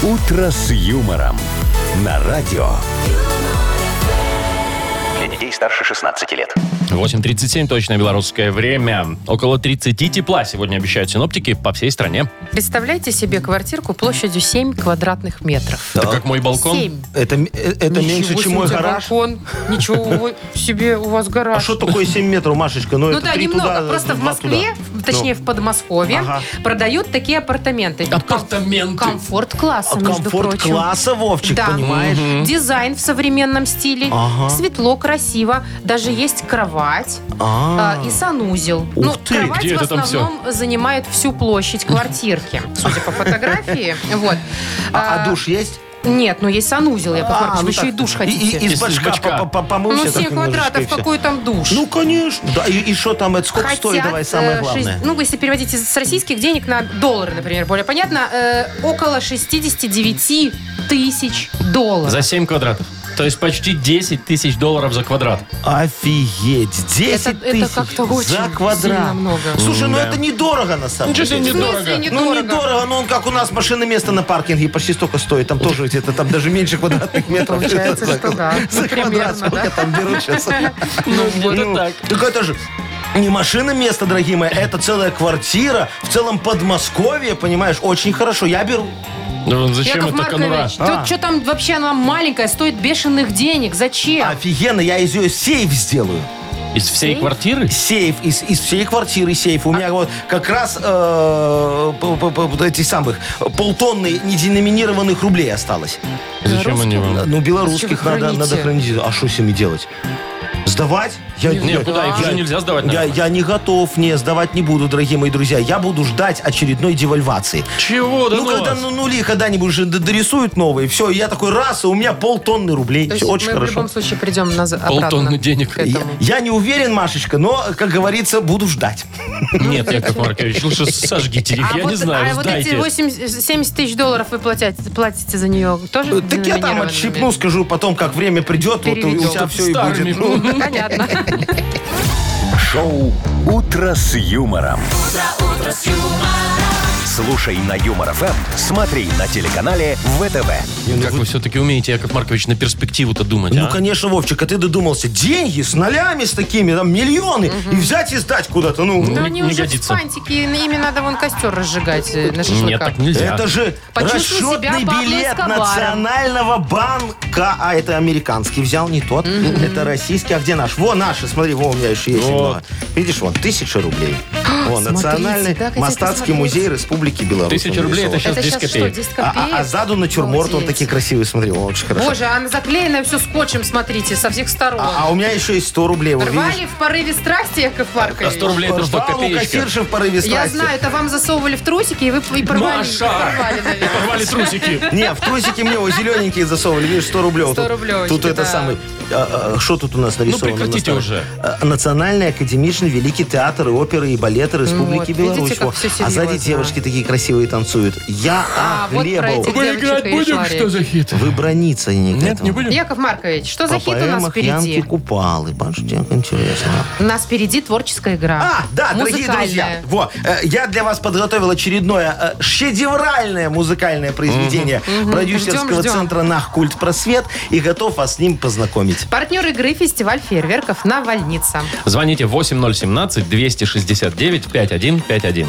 Speaker 1: «Утро с юмором» на радио.
Speaker 6: Для детей старше 16 лет.
Speaker 4: 8.37, точное белорусское время. Около 30 тепла сегодня обещают синоптики по всей стране.
Speaker 2: Представляете себе квартирку площадью 7 квадратных метров.
Speaker 4: Так как мой балкон.
Speaker 2: Семь.
Speaker 3: Это, м- э- это
Speaker 2: Ничего
Speaker 3: меньше,
Speaker 2: себе
Speaker 3: чем мой
Speaker 2: у тебя
Speaker 3: гараж.
Speaker 2: балкон. Ничего вы- себе у вас гараж.
Speaker 3: А что такое 7 метров, Машечка? Ну,
Speaker 2: Ну
Speaker 3: это
Speaker 2: да,
Speaker 3: три
Speaker 2: немного.
Speaker 3: туда, Ну, а
Speaker 2: Просто в
Speaker 3: два
Speaker 2: Москве,
Speaker 3: туда.
Speaker 2: в- точнее в Подмосковье,
Speaker 3: Ага.
Speaker 2: продают такие апартаменты.
Speaker 4: Апартаменты.
Speaker 2: Комфорт класса,
Speaker 3: От
Speaker 2: между прочим.
Speaker 3: комфорт-класса, Вовчик,
Speaker 2: Да.
Speaker 3: понимаешь?
Speaker 2: Дизайн в современном стиле.
Speaker 3: Ага.
Speaker 2: Светло, красиво. Даже есть кровать
Speaker 3: А.
Speaker 2: э, и санузел.
Speaker 3: Ух
Speaker 2: ну,
Speaker 3: ты,
Speaker 2: кровать
Speaker 4: где
Speaker 2: в
Speaker 4: это там всё?
Speaker 2: основном занимает всю площадь квартирки, судя по фотографии. Вот.
Speaker 3: А, а
Speaker 2: А,
Speaker 3: душ есть? А, ну
Speaker 2: Нет, ну есть санузел, я Маркович, вы еще и душ хотите.
Speaker 3: И, из
Speaker 4: Из бачка.
Speaker 3: бачка помылся.
Speaker 2: Ну, 7 квадратов, какой там душ?
Speaker 3: Ну, конечно. Да, и что там, это сколько
Speaker 2: Хотят,
Speaker 3: стоит, давай,
Speaker 2: э,
Speaker 3: самое главное.
Speaker 2: шесть- ну, если переводить из- с российских денег на доллары, например, более понятно, э, около 69 тысяч долларов.
Speaker 4: За 7 квадратов. То есть почти 10 тысяч долларов за квадрат.
Speaker 3: Офигеть, 10
Speaker 2: Это- это
Speaker 3: тысяч
Speaker 2: как-то очень
Speaker 3: за квадрат.
Speaker 2: сильно много.
Speaker 3: Слушай, ну это недорого на самом
Speaker 4: Ничего
Speaker 3: деле.
Speaker 4: себе
Speaker 2: В смысле,
Speaker 4: недорого.
Speaker 3: Ну, недорого, но он как у нас машина место на паркинге почти столько стоит. Там тоже где-то там даже меньше квадратных
Speaker 2: Ну,
Speaker 3: метров.
Speaker 2: Получается,
Speaker 3: За-
Speaker 2: что да.
Speaker 3: За
Speaker 2: Ну,
Speaker 3: квадрат
Speaker 2: примерно,
Speaker 3: сколько
Speaker 2: да.
Speaker 3: там берут сейчас.
Speaker 4: Ну, где-то так.
Speaker 3: Так это же не машина место, дорогие мои, это целая квартира в целом Подмосковье, понимаешь, очень хорошо. Я беру.
Speaker 4: Ну, Зачем
Speaker 2: Яков
Speaker 4: это
Speaker 3: а.
Speaker 4: конура?
Speaker 2: Маркович, тут что там вообще она маленькая, стоит бешеных денег. Зачем?
Speaker 3: Офигенно, я из ее сейф сделаю.
Speaker 4: Из всей квартиры?
Speaker 3: Сейф, из, из всей квартиры сейф. У меня вот как раз э, п- п- п- вот этих самых полтонны неденоминированных рублей осталось.
Speaker 4: Зачем они вам?
Speaker 3: Ну,
Speaker 2: Зачем
Speaker 3: белорусских
Speaker 2: вы
Speaker 3: надо,
Speaker 2: храните?
Speaker 3: надо хранить. А что с ними делать? Сдавать? Я,
Speaker 4: Не, куда? Их уже нельзя сдавать,
Speaker 3: Я,
Speaker 4: наверное.
Speaker 3: я не готов, не, сдавать не буду, дорогие мои друзья. Я буду ждать очередной девальвации.
Speaker 4: Чего? Да
Speaker 3: ну, когда ну, нули когда-нибудь уже д- дорисуют новые, все, я такой раз, и у меня полтонны рублей.
Speaker 2: То есть
Speaker 3: Все очень
Speaker 2: мы в
Speaker 3: хорошо.
Speaker 2: любом случае придем наз- обратно.
Speaker 4: Полтонны денег.
Speaker 2: к этому.
Speaker 3: Я не уверен, Машечка, но, как говорится, буду ждать.
Speaker 4: Нет, Яков Маркович, лучше сожгите их,
Speaker 2: А
Speaker 4: я
Speaker 2: вот,
Speaker 4: не знаю,
Speaker 2: а вот эти
Speaker 4: сдайте.
Speaker 2: 80 70 тысяч долларов вы платите, платите за нее тоже
Speaker 3: Ну, Э, Так я там
Speaker 2: деноминированными?
Speaker 3: отщипну, скажу потом, как время придет, вот и у
Speaker 2: Переведем.
Speaker 3: тебя все и
Speaker 4: Старыми.
Speaker 3: будет. Ну,
Speaker 2: Понятно.
Speaker 1: Шоу «Утро с юмором». Слушай на Юмор ФМ, смотри на телеканале ВТВ.
Speaker 4: Ну, Как вы все-таки умеете, Яков Маркович, на перспективу-то думать,
Speaker 3: Ну,
Speaker 4: а?
Speaker 3: конечно, Вовчик, а ты додумался. Деньги с нолями, с такими, там, миллионы, и взять и сдать куда-то, ну.
Speaker 2: Да
Speaker 4: Не-
Speaker 2: они
Speaker 4: не
Speaker 2: уже в
Speaker 4: годится.
Speaker 2: фантике, ими надо вон костер разжигать э, на
Speaker 4: Нет,
Speaker 2: шашлыках.
Speaker 4: так нельзя.
Speaker 3: Это же
Speaker 2: Почувствуй себя
Speaker 3: расчетный
Speaker 2: Пабло
Speaker 3: билет
Speaker 2: Эскобаром.
Speaker 3: Национального банка. А это американский взял, не тот. Это российский. А где наш? Во, наши. Смотри, во, у меня еще есть немного. Видишь, вон, тысяча рублей. Во,
Speaker 2: смотрите,
Speaker 3: Национальный
Speaker 2: да, хотите
Speaker 3: Мостатский
Speaker 2: посмотреть?
Speaker 3: музей Республики Беларусь.
Speaker 4: Тысяча
Speaker 3: он
Speaker 4: рублей, это
Speaker 3: нарисовал.
Speaker 4: сейчас 10
Speaker 2: Это сейчас что,
Speaker 4: копеек.
Speaker 2: 10
Speaker 3: а,
Speaker 2: копеек?
Speaker 3: а- а сзаду натюрморт, он
Speaker 2: Обалдеть.
Speaker 3: такие красивые, смотри, о, очень хорошо.
Speaker 2: Боже, а она заклеена все скотчем, смотрите, со всех сторон.
Speaker 3: А, а у меня еще есть 100 рублей, вот видишь.
Speaker 2: Рвали в порыве страсти, Яков
Speaker 4: А 100
Speaker 2: Маркович.
Speaker 4: рублей это что,
Speaker 3: Порвал у
Speaker 4: копеечка?
Speaker 3: кассирши в порыве
Speaker 2: Я
Speaker 3: страсти.
Speaker 2: знаю, это вам засовывали в трусики, и вы и порвали.
Speaker 4: Маша!
Speaker 2: порвали, наверное.
Speaker 4: Порвали трусики.
Speaker 3: Не, в трусики мне его зелененькие засовывали, видишь, 100 рублей.
Speaker 2: 100
Speaker 3: Тут-
Speaker 2: рублевочки,
Speaker 3: Тут это
Speaker 2: да.
Speaker 3: самый... а, а, Что тут у нас
Speaker 4: Ну,
Speaker 3: нарисовано?
Speaker 4: прекратите
Speaker 3: на
Speaker 4: уже.
Speaker 3: А, Национальный академичный великий театр и оперы и балета Республики
Speaker 2: Ну видите, как
Speaker 3: Беларусь.
Speaker 2: всё
Speaker 3: Во.
Speaker 2: серьезно.
Speaker 3: А сзади девушки такие красивые танцуют. Я
Speaker 2: А, вот про
Speaker 3: охлебал.
Speaker 2: этих девочек и шарик.
Speaker 4: за хит?
Speaker 3: Вы брониться не к
Speaker 4: Нет,
Speaker 3: этому.
Speaker 4: не будем.
Speaker 2: Яков Маркович, что за
Speaker 3: По
Speaker 2: хит у нас
Speaker 3: поэмах Янки
Speaker 2: впереди?
Speaker 3: Купалы. Башня, как интересно.
Speaker 2: У нас впереди творческая игра.
Speaker 3: А, да, дорогие
Speaker 2: Музыкальная.
Speaker 3: друзья. Во, э, я для вас подготовил очередное э, шедевральное музыкальное произведение продюсерского
Speaker 2: Ждем, ждем.
Speaker 3: центра «Нах Культ Просвет» и готов вас с ним познакомить.
Speaker 2: Партнер игры фестиваль фейерверков «Навальница».
Speaker 4: Звоните 8017-269-5151.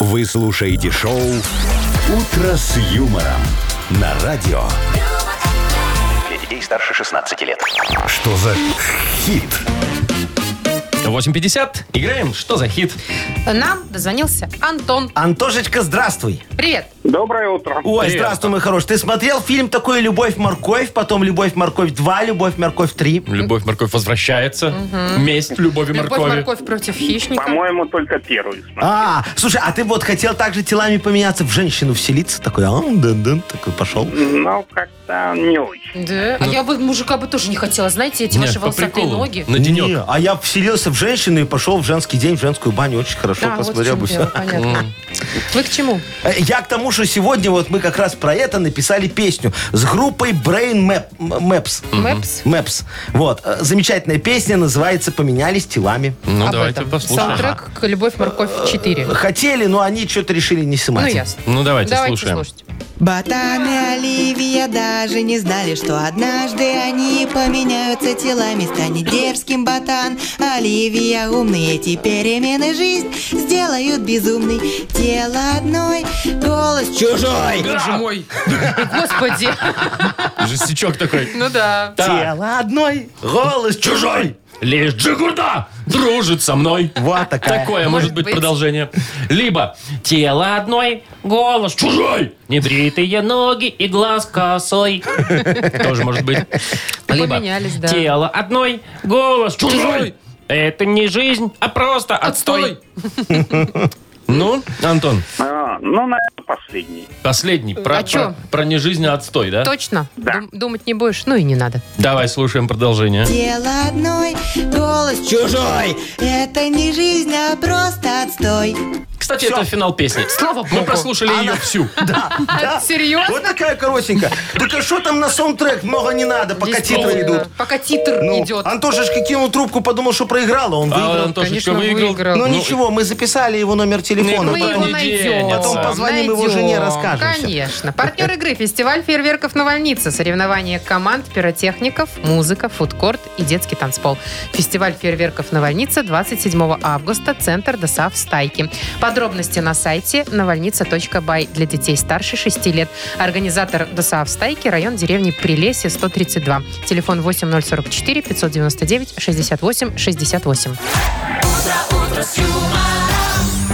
Speaker 1: Вы слушаете шоу «Утро с юмором» на радио.
Speaker 6: Для детей старше 16 лет.
Speaker 1: Что за хит?
Speaker 4: 8.50. Играем «Что за хит?»
Speaker 2: Нам дозвонился Антон.
Speaker 3: Антошечка, здравствуй.
Speaker 2: Привет.
Speaker 5: Доброе утро.
Speaker 3: Ой,
Speaker 4: Привет.
Speaker 3: здравствуй, мой хороший. Ты смотрел фильм такой «Любовь-морковь», потом «Любовь-морковь 2», «Любовь-морковь 3»?
Speaker 4: Любовь морковь возвращается. Месть любови
Speaker 2: Любовь
Speaker 4: моркови.
Speaker 2: морковь против хищника.
Speaker 5: По-моему, только первый. смотрел.
Speaker 3: А, слушай, а ты вот хотел также телами поменяться, в женщину вселиться? Такой, а, дын -дын, такой пошел.
Speaker 5: Ну, как-то не очень.
Speaker 2: Да. А я бы мужика бы тоже не хотела. Знаете, эти
Speaker 4: Нет,
Speaker 2: ваши
Speaker 4: по
Speaker 2: волосатые
Speaker 4: приколу.
Speaker 2: ноги.
Speaker 4: На
Speaker 3: Не,
Speaker 4: денек.
Speaker 3: а я вселился в женщину и пошел в женский день, в женскую баню. Очень хорошо
Speaker 2: Да, вот в
Speaker 3: посмотрел
Speaker 2: чем
Speaker 3: бы
Speaker 2: дело,
Speaker 3: все.
Speaker 2: понятно. Вы к чему?
Speaker 3: Э, Я к тому, что сегодня вот мы как раз про это написали песню с группой Brain Map- М- Maps.
Speaker 2: Мэпс?
Speaker 3: Maps. Вот. э, Замечательная песня, называется «Поменялись телами».
Speaker 4: Ну,
Speaker 2: Об
Speaker 4: давайте
Speaker 2: этом.
Speaker 4: послушаем.
Speaker 2: Саундтрек к «Любовь, морковь 4».
Speaker 3: Хотели, но они что-то решили не
Speaker 2: Ну,
Speaker 3: снимать.
Speaker 2: ясно.
Speaker 4: Ну, давайте,
Speaker 2: Давайте
Speaker 4: слушаем.
Speaker 2: слушать.
Speaker 8: Ботан и Оливия даже не знали, что однажды они поменяются телами. Станет дерзким ботан, Оливия умный. Эти перемены жизнь сделают безумный. Тело одной, голос чужой.
Speaker 4: Боже мой.
Speaker 2: Господи.
Speaker 4: Жестячок такой.
Speaker 2: Ну да.
Speaker 4: Так,
Speaker 3: Тело одной, голос чужой.
Speaker 4: лишь Джигурда дружит со мной.
Speaker 3: Вот такая.
Speaker 4: Такое может быть,
Speaker 2: быть.
Speaker 4: продолжение. Либо тело одной, голос чужой, небритые ноги и глаз косой. Тоже может быть. Либо
Speaker 2: Поменялись, да.
Speaker 4: тело одной, голос чужой. Это не жизнь, а просто отстой. Ну, Антон,
Speaker 5: А, ну, наверное, последний.
Speaker 4: последний. Про,
Speaker 2: А чё?
Speaker 4: про, про не жизнь, а отстой, да?
Speaker 2: Точно? Дум- Думать не будешь? Ну и не надо.
Speaker 4: Давай слушаем продолжение.
Speaker 8: Тело одной, голос чужой. Это не жизнь, а просто отстой.
Speaker 4: Кстати, это финал песни.
Speaker 2: Слава
Speaker 4: Мы
Speaker 2: богу.
Speaker 4: прослушали ее всю.
Speaker 3: Да,
Speaker 2: А,
Speaker 3: да.
Speaker 2: серьезно?
Speaker 3: Вот такая коротенькая. Так а что там на саундтрек? Много не надо, пока
Speaker 2: Действительно.
Speaker 3: титры идут.
Speaker 2: Пока титр
Speaker 3: Ну,
Speaker 2: идет.
Speaker 3: Антошечка кинул трубку, подумал, что проиграл, а он
Speaker 4: А,
Speaker 3: выиграл.
Speaker 4: Антошечка
Speaker 2: Конечно,
Speaker 4: выиграл.
Speaker 2: выиграл.
Speaker 3: Ну ничего, мы записали его номер телефона.
Speaker 2: Мы
Speaker 4: Ну,
Speaker 2: его
Speaker 4: потом не
Speaker 2: найдем.
Speaker 4: денется. Потом
Speaker 3: позвоним его жене, расскажем всё.
Speaker 2: Конечно. Партнер игры – фестиваль фейерверков «Навальница». Соревнования команд, пиротехников, музыка, фудкорт и детский танцпол. Фестиваль фейерверков «Навальница» 27 августа. Центр ДОСАВ «Стайки». Подробности на сайте навальница.бай для детей старше 6 лет. Организатор ДОСАВ «Стайки» район деревни Прилесе, 132. Телефон 8044 599 68 68.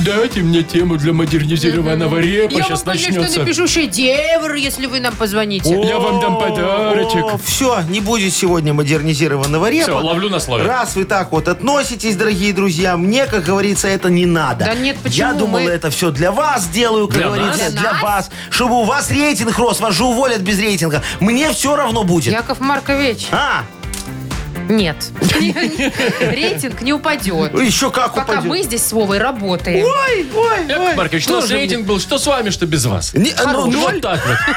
Speaker 4: Дайте мне тему для модернизированного репа.
Speaker 2: Я
Speaker 4: Сейчас
Speaker 2: вам, конечно,
Speaker 4: начнется.
Speaker 2: напишу шедевр, если вы нам позвоните.
Speaker 4: Я вам дам подарочек.
Speaker 3: Все, не будет сегодня модернизированного репа.
Speaker 4: Все, ловлю на слове.
Speaker 3: Раз вы так вот относитесь, дорогие друзья, мне, как говорится, это не надо.
Speaker 2: Да нет, почему
Speaker 3: Я думал,
Speaker 2: мы-
Speaker 3: это все для вас делаю, как
Speaker 4: Для
Speaker 3: говорится,
Speaker 2: нас? Для
Speaker 3: для
Speaker 2: нас?
Speaker 3: вас. Чтобы у вас рейтинг рос, вас же уволят без рейтинга. Мне все равно будет.
Speaker 2: Яков Маркович,
Speaker 3: А,
Speaker 2: нет. Рейтинг не упадет.
Speaker 3: еще как
Speaker 2: Пока
Speaker 3: упадет.
Speaker 2: мы здесь с Вовой работаем.
Speaker 3: Ой, ой,
Speaker 4: Яков
Speaker 3: ой.
Speaker 4: Маркович, наш
Speaker 3: Тоже мне.
Speaker 4: рейтинг был, что с вами, что без вас.
Speaker 3: Не, э, ну,
Speaker 4: Ну,
Speaker 3: ноль?
Speaker 4: вот так вот.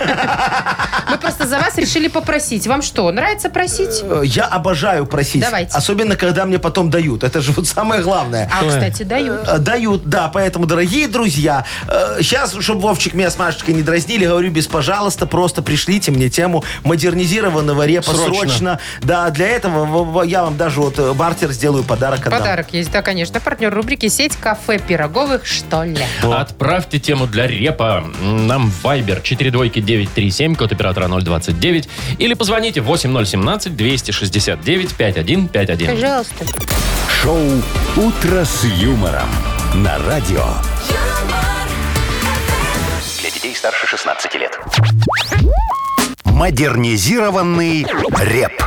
Speaker 2: Мы просто за вас решили попросить. Вам что, нравится просить?
Speaker 3: Э, Я обожаю просить.
Speaker 2: Давайте.
Speaker 3: Особенно, когда мне потом дают. Это же вот самое главное.
Speaker 2: А, кстати, дают.
Speaker 3: Э, Дают, да. Поэтому, дорогие друзья, сейчас, чтобы Вовчик меня с Машечкой не дразнили, говорю без пожалуйста, просто пришлите мне тему модернизированного репа
Speaker 4: Срочно.
Speaker 3: срочно. Да, для этого в- в- я вам даже вот э, бартер сделаю подарок. отдам.
Speaker 2: Подарок есть, да, конечно. Партнер рубрики «Сеть кафе пироговых, что ли».
Speaker 4: Отправьте тему для репа нам в Viber 42937, код оператора 029, или позвоните 8017-269-5151.
Speaker 2: Пожалуйста.
Speaker 1: Шоу «Утро с юмором» на радио.
Speaker 6: Для детей старше 16 лет.
Speaker 1: Модернизированный реп.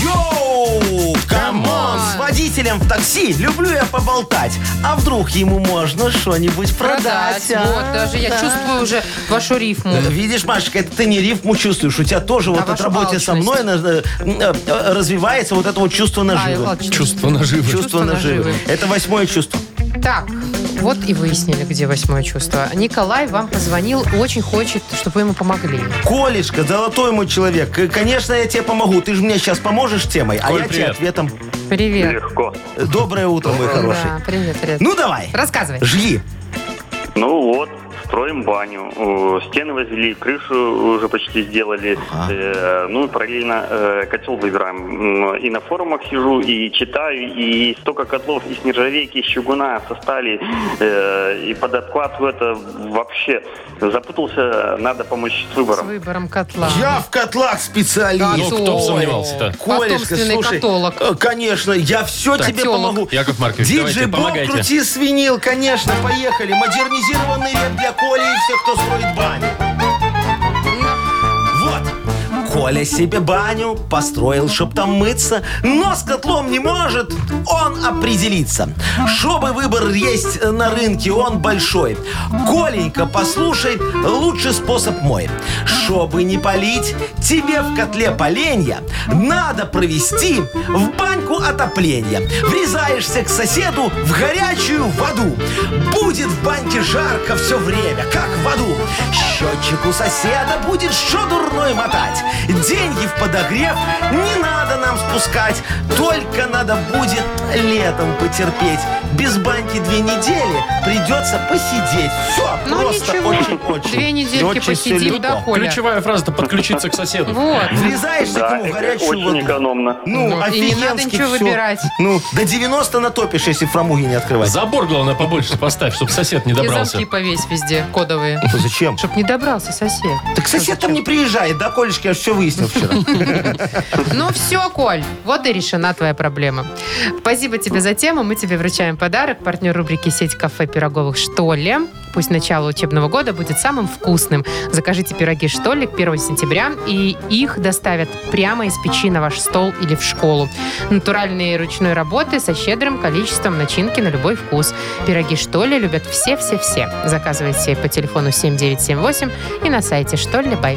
Speaker 3: Йоу! Камон! С водителем в такси люблю я поболтать. А вдруг ему можно что-нибудь продать?
Speaker 2: Продать.
Speaker 3: а?
Speaker 2: Вот, даже я
Speaker 3: Да.
Speaker 2: чувствую уже вашу рифму.
Speaker 3: Э, Видишь, Машечка, это ты не рифму чувствуешь. У тебя тоже вот от
Speaker 2: вашу
Speaker 3: работы со
Speaker 2: алчность.
Speaker 3: мной на- э, э, э, развивается вот это вот чувство наживы.
Speaker 2: ладно.
Speaker 4: Чувство наживы.
Speaker 3: Чувство наживы.
Speaker 2: наживы.
Speaker 3: Это восьмое чувство.
Speaker 2: Так, вот и выяснили, где восьмое чувство. Николай вам позвонил, очень хочет, чтобы вы ему помогли.
Speaker 3: Колечка, золотой мой человек, э, конечно, я тебе помогу. Ты же мне сейчас поможешь темой, а
Speaker 4: Коль,
Speaker 3: я тебе
Speaker 4: привет.
Speaker 3: ответом.
Speaker 2: Привет.
Speaker 5: Легко.
Speaker 3: Э, Доброе утро, мой хороший.
Speaker 2: Да, привет, привет.
Speaker 3: Ну давай,
Speaker 2: Рассказывай.
Speaker 3: жги.
Speaker 5: Ну вот, строим баню. Э, Стены возвели, крышу уже почти сделали. Э, Ну и параллельно э, котел выбираем. М, И на форумах сижу, и читаю, и столько котлов из нержавейки, из чугуна, со стали. Э, И под откладку это вообще запутался, надо помочь с
Speaker 2: С
Speaker 5: выбором.
Speaker 2: выбором котла.
Speaker 3: Я в котлах
Speaker 2: Да,
Speaker 3: специалист.
Speaker 4: Ну, кто б сомневался-то?
Speaker 3: Колечка,
Speaker 2: Потомственный
Speaker 3: слушай,
Speaker 2: католог.
Speaker 3: э, конечно, я все тебе
Speaker 2: телок.
Speaker 3: помогу.
Speaker 4: Яков Маркович,
Speaker 3: Диджей
Speaker 4: давайте,
Speaker 3: Боб,
Speaker 4: помогайте.
Speaker 3: крути свинил, конечно, поехали. Модернизированный реп для Коли и всех, кто строит баню. Вот. Коля себе баню построил, чтоб там мыться, но с котлом не может он определиться. Чтобы выбор есть на рынке, он большой. Коленька, послушай, лучший способ мой. Чтобы не палить, тебе в котле поленья надо провести в баньку отопления. Врезаешься к соседу в горячую воду. Будет в баньке жарко все время, как в аду. Счетчик у соседа будет что дурной мотать. Деньги в подогрев не надо нам спускать. Только надо будет летом потерпеть. Без баньки две недели придется посидеть. Все,
Speaker 2: Ну,
Speaker 3: просто
Speaker 2: ничего.
Speaker 3: очень-очень.
Speaker 2: Две недельки
Speaker 3: Очень всё
Speaker 2: посидим,
Speaker 3: легко.
Speaker 2: да, Коля?
Speaker 4: Ключевая фраза-то подключиться к соседу.
Speaker 2: Вот.
Speaker 3: Ну, Врезаешься к
Speaker 5: Да,
Speaker 3: нему в
Speaker 5: э,
Speaker 3: горячую
Speaker 5: очень
Speaker 3: воду.
Speaker 5: экономно.
Speaker 3: Ну,
Speaker 2: Ну, и не надо
Speaker 3: офигенски
Speaker 2: ничего
Speaker 3: всё.
Speaker 2: выбирать.
Speaker 3: Ну, до 90 натопишь, если фрамуги не открывать.
Speaker 4: Забор, главное, побольше поставь, чтобы сосед не
Speaker 2: И
Speaker 4: добрался.
Speaker 2: замки повесь везде, кодовые.
Speaker 3: Ну, Зачем?
Speaker 2: Чтоб не добрался сосед.
Speaker 4: Ну,
Speaker 3: Так сосед там не приезжает, да, Колечка? Я все выяснил вчера.
Speaker 2: Ну все, Коль, Вань, вот и решена твоя проблема. Спасибо тебе за тему. Мы тебе вручаем подарок. Партнер рубрики «Сеть кафе пироговых «Что ли?». Пусть начало учебного года будет самым вкусным. Закажите пироги «Что ли?» к 1 сентября, и их доставят прямо из печи на ваш стол или в школу. Натуральные ручной работы со щедрым количеством начинки на любой вкус. Пироги «Что ли?» любят все-все-все. Заказывайте по телефону 7978 и на сайте «Что ли?» бай».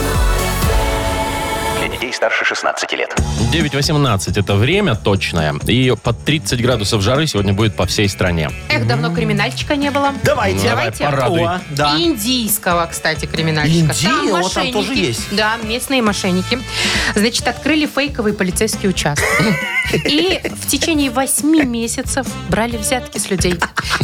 Speaker 6: Для детей старше 16 лет.
Speaker 4: 9.18 это время точное. И под 30 градусов жары сегодня будет по всей стране.
Speaker 2: Эх, давно криминальчика не было.
Speaker 3: Давайте.
Speaker 2: Давайте.
Speaker 4: порадуй.
Speaker 3: О, да.
Speaker 2: Индийского, кстати, криминальщика.
Speaker 3: Инди- о, там тоже есть.
Speaker 2: Да, местные мошенники. Значит, открыли фейковый полицейский участок. И в течение восьми месяцев брали взятки с людей.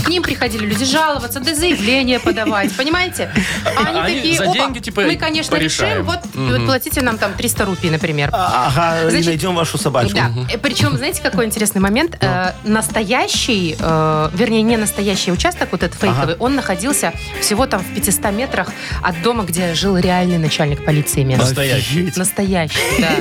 Speaker 2: К ним приходили люди жаловаться, да заявления подавать, понимаете? А они,
Speaker 4: Они
Speaker 2: такие,
Speaker 4: за
Speaker 2: «Опа,
Speaker 4: деньги, типа,
Speaker 2: мы, конечно,
Speaker 4: порешаем».
Speaker 2: решим, вот, вот платите нам там 300 рупий, например.
Speaker 3: А- Ага,
Speaker 2: Значит,
Speaker 3: и найдем вашу собачку.
Speaker 2: Да. Э, Причем, знаете, какой интересный момент? Э, настоящий, э, вернее, не настоящий участок, вот этот фейковый, он находился всего там в 500 метрах от дома, где жил реальный начальник полиции местной.
Speaker 4: Настоящий.
Speaker 2: Настоящий, да.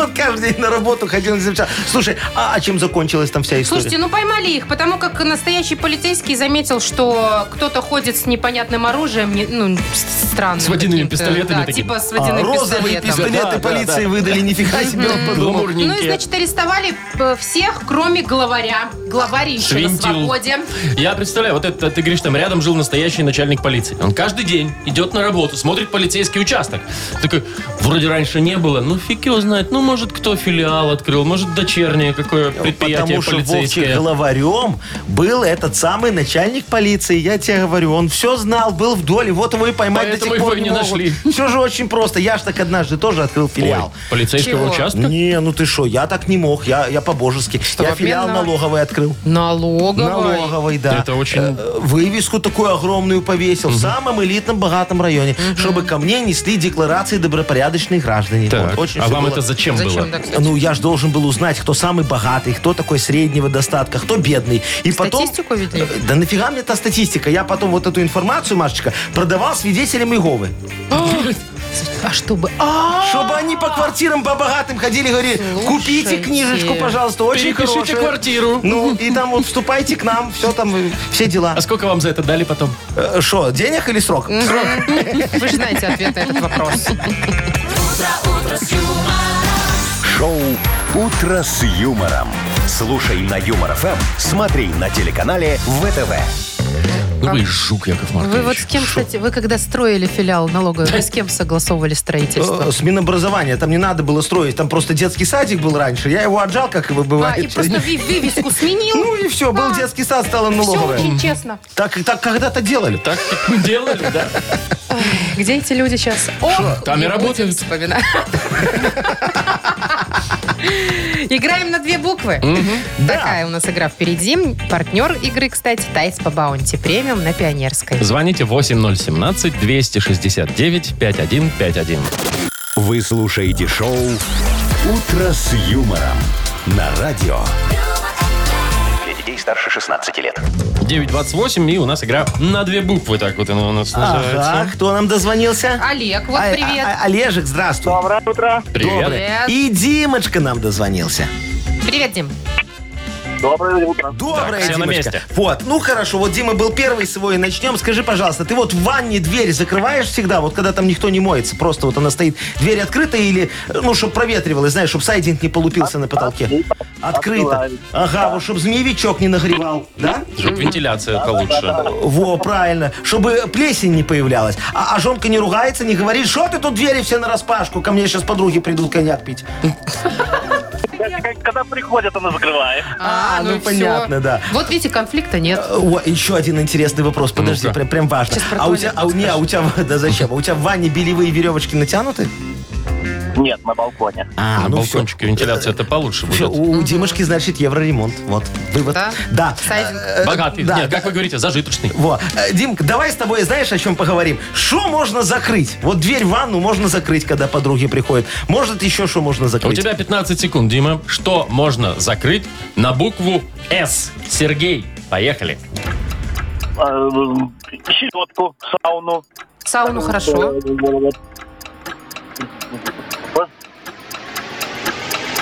Speaker 3: Он каждый день на работу ходил и замечал. Слушай, а а чем закончилась там вся история?
Speaker 2: Слушайте, ну поймали их, потому как настоящий полицейский заметил, что кто-то ходит с непонятным оружием, не- ну, с- странным.
Speaker 4: С водяными
Speaker 2: каким-то,
Speaker 4: пистолетами
Speaker 2: Да,
Speaker 4: такими.
Speaker 2: типа с
Speaker 3: А,
Speaker 2: водяным
Speaker 3: розовые
Speaker 2: пистолетом.
Speaker 3: пистолеты
Speaker 4: Да, да,
Speaker 3: полиции выдали, нифига себе он подумал.
Speaker 2: Ну и, значит, арестовали э, всех, кроме главаря. Главарь еще на
Speaker 4: Свинтил.
Speaker 2: свободе.
Speaker 4: Я представляю, вот это ты говоришь, там рядом жил настоящий начальник полиции. Он каждый день идет на работу, смотрит полицейский участок. Такой, вроде раньше не было, ну фиг его знает. Ну, может, кто филиал открыл, может, дочернее какое предприятие
Speaker 3: Потому что Вовчик
Speaker 4: полицейское.
Speaker 3: главарем был этот самый начальник полиции. Я тебе говорю, он все знал, был вдоль, и вот его и поймать
Speaker 4: Поэтому
Speaker 3: до сих пор
Speaker 4: его и не
Speaker 3: могут.
Speaker 4: нашли.
Speaker 3: Все же очень просто. Я ж так однажды тоже открыл
Speaker 4: Ой,
Speaker 3: филиал.
Speaker 4: полицейского
Speaker 2: Чего?
Speaker 4: участка?
Speaker 3: Не, ну ты что, я так не мог, я, я по-божески. Я
Speaker 2: обменного?
Speaker 3: филиал налоговый открыл.
Speaker 2: Налоговой.
Speaker 3: Налоговой, да.
Speaker 4: Это очень-
Speaker 3: Э, Вывеску такую огромную повесил в самом элитном богатом районе, чтобы ко мне несли декларации добропорядочные граждане.
Speaker 4: Так,
Speaker 3: Вот, очень
Speaker 4: а
Speaker 3: всё
Speaker 4: вам
Speaker 3: было-
Speaker 4: это зачем,
Speaker 2: Зачем
Speaker 4: было?
Speaker 2: так?
Speaker 3: ну, я же должен был узнать, кто самый богатый, кто такой среднего достатка, кто бедный. И
Speaker 2: Статистику
Speaker 3: потом...
Speaker 2: ведь?
Speaker 3: Да нафига мне та статистика? Я потом вот эту информацию, Машечка, продавал свидетелям Иеговы.
Speaker 2: А чтобы... А,
Speaker 3: Чтобы они по квартирам, по богатым ходили, говорили, купите
Speaker 2: Слушайте.
Speaker 3: книжечку, пожалуйста, очень
Speaker 4: Перепишите
Speaker 3: хорошая».
Speaker 4: квартиру.
Speaker 3: Ну, и там вот вступайте к нам, все там, э, все дела.
Speaker 4: А сколько вам за это дали потом?
Speaker 3: Что, денег или срок?
Speaker 2: вы же знаете ответ на этот вопрос.
Speaker 1: Шоу «Утро с юмором». Слушай на Юмор ФМ, смотри на телеканале ВТВ.
Speaker 4: Ну вы жук, Яков
Speaker 2: А Вы вот
Speaker 4: Маркович.
Speaker 2: с кем, кстати, вы когда строили филиал налоговый, вы с кем согласовывали
Speaker 3: Э,
Speaker 2: строительство?
Speaker 3: С Минобразования, там не надо было строить, там просто детский садик был раньше, я его отжал, как его
Speaker 2: А,
Speaker 3: бывает.
Speaker 2: и просто А. ви- вывеску сменил.
Speaker 3: Ну и все, был детский сад, стало
Speaker 4: Ну,
Speaker 2: Все
Speaker 3: налоговое.
Speaker 2: очень честно.
Speaker 3: Так, так когда-то делали.
Speaker 4: Так мы делали, да?
Speaker 2: Где эти люди сейчас? Ох,
Speaker 4: Там и
Speaker 2: не будем
Speaker 4: работают.
Speaker 2: вспоминать. Играем на две буквы. Такая у нас игра впереди. Партнер игры, кстати, Тайс по Баунти. Премиум на Пионерской.
Speaker 4: Звоните 8017-269-5151.
Speaker 1: Вы слушаете шоу «Утро с юмором» на радио.
Speaker 6: Для детей старше 16 лет.
Speaker 4: 9.28, и у нас игра на две буквы, так вот она у нас э, называется.
Speaker 3: Ага, кто нам дозвонился?
Speaker 2: Олег, вот
Speaker 3: А-
Speaker 2: ну, привет.
Speaker 3: а- Олежек, здравствуй.
Speaker 7: Доброе утро.
Speaker 4: Привет.
Speaker 3: Доброе.
Speaker 2: Привет.
Speaker 3: И Димочка нам дозвонился.
Speaker 2: Привет, Дим.
Speaker 7: Доброе утро.
Speaker 3: Доброе,
Speaker 4: все на
Speaker 3: Димочка.
Speaker 4: месте.
Speaker 3: Вот, ну хорошо, вот Дима был первый, с его и начнем. Скажи, пожалуйста, ты вот в ванне дверь закрываешь всегда, вот когда там никто не моется, просто вот она стоит, дверь открыта или, э, ну, чтобы проветривалась, знаешь, чтобы сайдинг не полупился на потолке. Открыто.
Speaker 7: Открываю.
Speaker 3: Ага, вот чтобы змеевичок не нагревал, да?
Speaker 4: Чтоб вентиляция получше.
Speaker 3: Во, правильно. Чтобы плесень не появлялась. А, а жонка не ругается, не говорит, что ты тут двери все нараспашку, ко мне сейчас подруги придут коньяк пить.
Speaker 7: Когда приходят, она закрывает.
Speaker 3: А, ну
Speaker 2: и всё.
Speaker 3: понятно, да.
Speaker 2: Вот видите, конфликта нет.
Speaker 3: О, еще один интересный вопрос. Подожди,
Speaker 4: Ну-ка.
Speaker 3: прям, прям важно.
Speaker 2: Сейчас про
Speaker 3: А у
Speaker 2: туалет
Speaker 3: тебя, а у, не, а у тебя, да зачем? А У тебя в ванне белевые веревочки натянуты?
Speaker 7: Нет, на балконе.
Speaker 3: А,
Speaker 4: На балкончике вентиляция это получше
Speaker 3: Всё,
Speaker 4: будет.
Speaker 3: у Димочки, значит, евроремонт. Вот, вывод.
Speaker 2: Да?
Speaker 3: Да.
Speaker 2: Сайдинг.
Speaker 3: Э, э,
Speaker 4: Богатый.
Speaker 3: да,
Speaker 4: Нет,
Speaker 3: да.
Speaker 4: как вы говорите, зажиточный.
Speaker 3: Во. Э, Димка, давай с тобой, знаешь, о чем поговорим? Что можно закрыть? Вот дверь в ванну можно закрыть, когда подруги приходят. Может, еще что можно
Speaker 4: У
Speaker 3: закрыть?
Speaker 4: тебя 15 секунд, Дима. Что можно закрыть на букву «С»? Сергей, поехали.
Speaker 7: Э, Щетку, А, сауну.
Speaker 2: В сауну хорошо.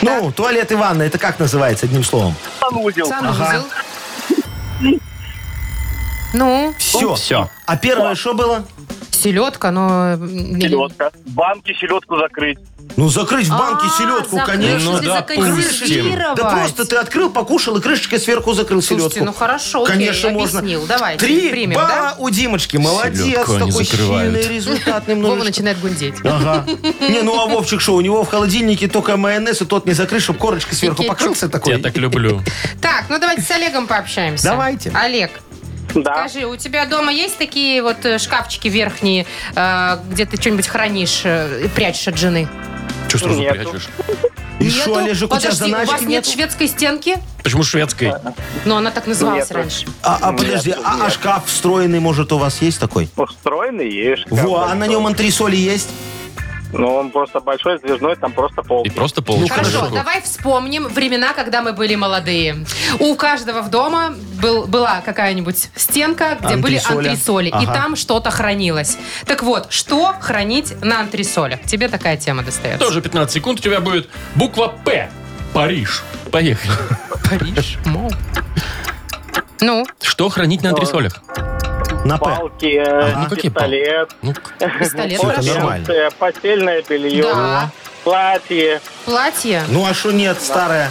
Speaker 3: Ну, туалет и ванна, это как называется, одним словом?
Speaker 5: Санузел.
Speaker 2: Санузел. Ну,
Speaker 3: Все.
Speaker 4: Все.
Speaker 3: А первое что было?
Speaker 2: селедка, но... м,
Speaker 5: Селедка. Банки селедку закрыть.
Speaker 3: Ну, закрыть в банке
Speaker 2: А,
Speaker 3: селедку,
Speaker 2: закрыть
Speaker 3: конечно. Ну
Speaker 4: Ну,
Speaker 2: и законсервировать.
Speaker 3: Да просто ты открыл, покушал и крышечкой сверху закрыл
Speaker 2: Слушайте,
Speaker 3: селедку.
Speaker 2: ну хорошо, окей,
Speaker 3: Конечно, можно.
Speaker 2: объяснил. Давайте,
Speaker 3: Три
Speaker 2: примем,
Speaker 3: балла
Speaker 2: да?
Speaker 3: у Димочки. Молодец,
Speaker 4: Селедку они
Speaker 3: такой
Speaker 4: закрывают.
Speaker 3: сильный результат
Speaker 2: Вова
Speaker 3: немножечко.
Speaker 2: начинает гундеть.
Speaker 3: Ага. Не, ну а Вовчик что, у него в холодильнике только майонез, и тот не закрыт, чтобы корочка сверху
Speaker 2: кетчуп.
Speaker 3: покрылся такой.
Speaker 4: Я так люблю.
Speaker 2: Так, ну давайте с Олегом пообщаемся.
Speaker 3: Давайте.
Speaker 2: Олег,
Speaker 5: Да.
Speaker 2: скажи, у тебя дома есть такие вот э, шкафчики верхние, э, где ты что-нибудь хранишь э, и прячешь от жены?
Speaker 4: Че сразу
Speaker 5: Нету.
Speaker 4: прячешь?
Speaker 3: И что, Олежек, у тебя
Speaker 2: Подожди, у вас
Speaker 3: заначки
Speaker 2: нет
Speaker 3: нет?
Speaker 2: шведской стенки?
Speaker 4: Почему шведской?
Speaker 2: Но она так называлась
Speaker 5: Нету.
Speaker 2: раньше.
Speaker 3: А, а, подожди, а, а шкаф встроенный, может, у вас есть такой?
Speaker 5: Устроенный есть.
Speaker 3: Во, а на нем антресоли есть?
Speaker 5: Но он просто большой, сдвижной, там просто пол.
Speaker 4: И
Speaker 3: Ну,
Speaker 4: просто полочку.
Speaker 2: Хорошо,
Speaker 4: наверху.
Speaker 2: давай вспомним времена, когда мы были молодые. У каждого в дома был, была какая-нибудь стенка, где были
Speaker 3: Антресоля.
Speaker 2: антресоли, и
Speaker 3: Ага.
Speaker 2: там что-то хранилось. Так вот, что хранить на антресолях? Тебе такая тема достается.
Speaker 4: Тоже 15 секунд у тебя будет буква П. Париж. Поехали.
Speaker 2: Париж, мол. Ну,
Speaker 4: Что хранить на антресолях?
Speaker 3: На П.
Speaker 5: Палки,
Speaker 4: ну какие палки?
Speaker 5: пистолет,
Speaker 4: Ну,
Speaker 2: пистолет,
Speaker 3: всё это
Speaker 2: хорошо.
Speaker 3: нормально.
Speaker 5: э, постельное белье,
Speaker 2: Да.
Speaker 5: платье.
Speaker 2: Платье.
Speaker 3: Ну а что нет, старая?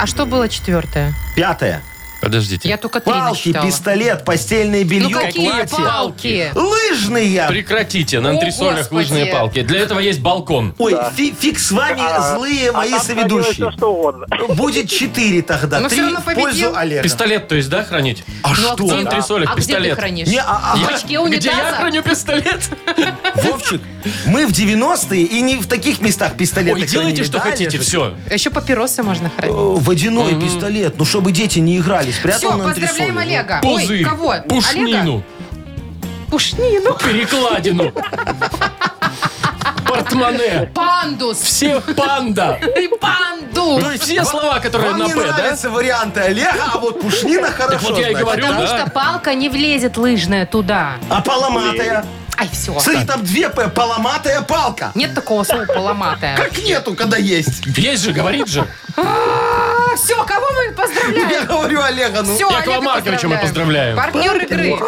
Speaker 2: А что было четвертое?
Speaker 3: Пятая.
Speaker 4: подождите.
Speaker 2: Я только три
Speaker 3: Палки,
Speaker 2: насчитала.
Speaker 3: пистолет, постельное белье,
Speaker 2: Ну какие
Speaker 3: платье.
Speaker 2: палки?
Speaker 3: Лыжные.
Speaker 4: Прекратите на
Speaker 2: О,
Speaker 4: антресолях
Speaker 2: Господи.
Speaker 4: лыжные палки. Для этого есть балкон.
Speaker 3: Ой, фи- фиг с вами,
Speaker 5: А,
Speaker 3: злые мои соведущие.
Speaker 5: Все, что угодно.
Speaker 3: Будет четыре тогда.
Speaker 2: Но всё
Speaker 3: Три
Speaker 2: равно
Speaker 3: в пользу
Speaker 2: победил.
Speaker 3: Олега.
Speaker 4: Пистолет, то есть, да, хранить?
Speaker 3: А
Speaker 2: Ну, а
Speaker 3: что?
Speaker 2: где-
Speaker 4: На антресолях
Speaker 2: а где ты
Speaker 4: пистолет.
Speaker 2: хранишь?
Speaker 3: Не, а- а-
Speaker 2: В бачке унитаза?
Speaker 4: Где я храню пистолет?
Speaker 3: Вовчик, мы в 90-е и не в таких местах пистолет
Speaker 4: Ой, делайте, что хотите, все.
Speaker 2: Еще папиросы можно хранить.
Speaker 3: Э, Водяной пистолет, ну чтобы дети не играли, спрятал
Speaker 2: Все,
Speaker 3: на антресоле.
Speaker 2: поздравляем Олега. Ой,
Speaker 4: Пузырь,
Speaker 2: кого? Олега?
Speaker 4: пушнину,
Speaker 2: Пушнину.
Speaker 4: перекладину, портмоне,
Speaker 2: Пандус.
Speaker 4: все панда.
Speaker 2: И пандус.
Speaker 4: Ну, Все слова, которые
Speaker 3: Вам
Speaker 4: на
Speaker 3: не
Speaker 4: П, да?
Speaker 3: нравятся варианты Олега, а вот пушнина хорошо,
Speaker 4: Так вот я и
Speaker 3: значит.
Speaker 4: говорю,
Speaker 2: Потому
Speaker 4: да?
Speaker 2: что палка не влезет лыжная туда.
Speaker 3: А поломатая?
Speaker 2: Ай, все.
Speaker 3: Смотри, там две П, поломатая палка.
Speaker 2: Нет такого слова поломатая.
Speaker 3: Как нету, когда есть.
Speaker 4: Есть же, говорит же.
Speaker 2: А, все, кого мы
Speaker 3: Я
Speaker 2: поздравляем?
Speaker 3: говорю Олега, ну.
Speaker 2: Все,
Speaker 4: Якова Марковича мы поздравляем. ну,
Speaker 2: Партнер игры.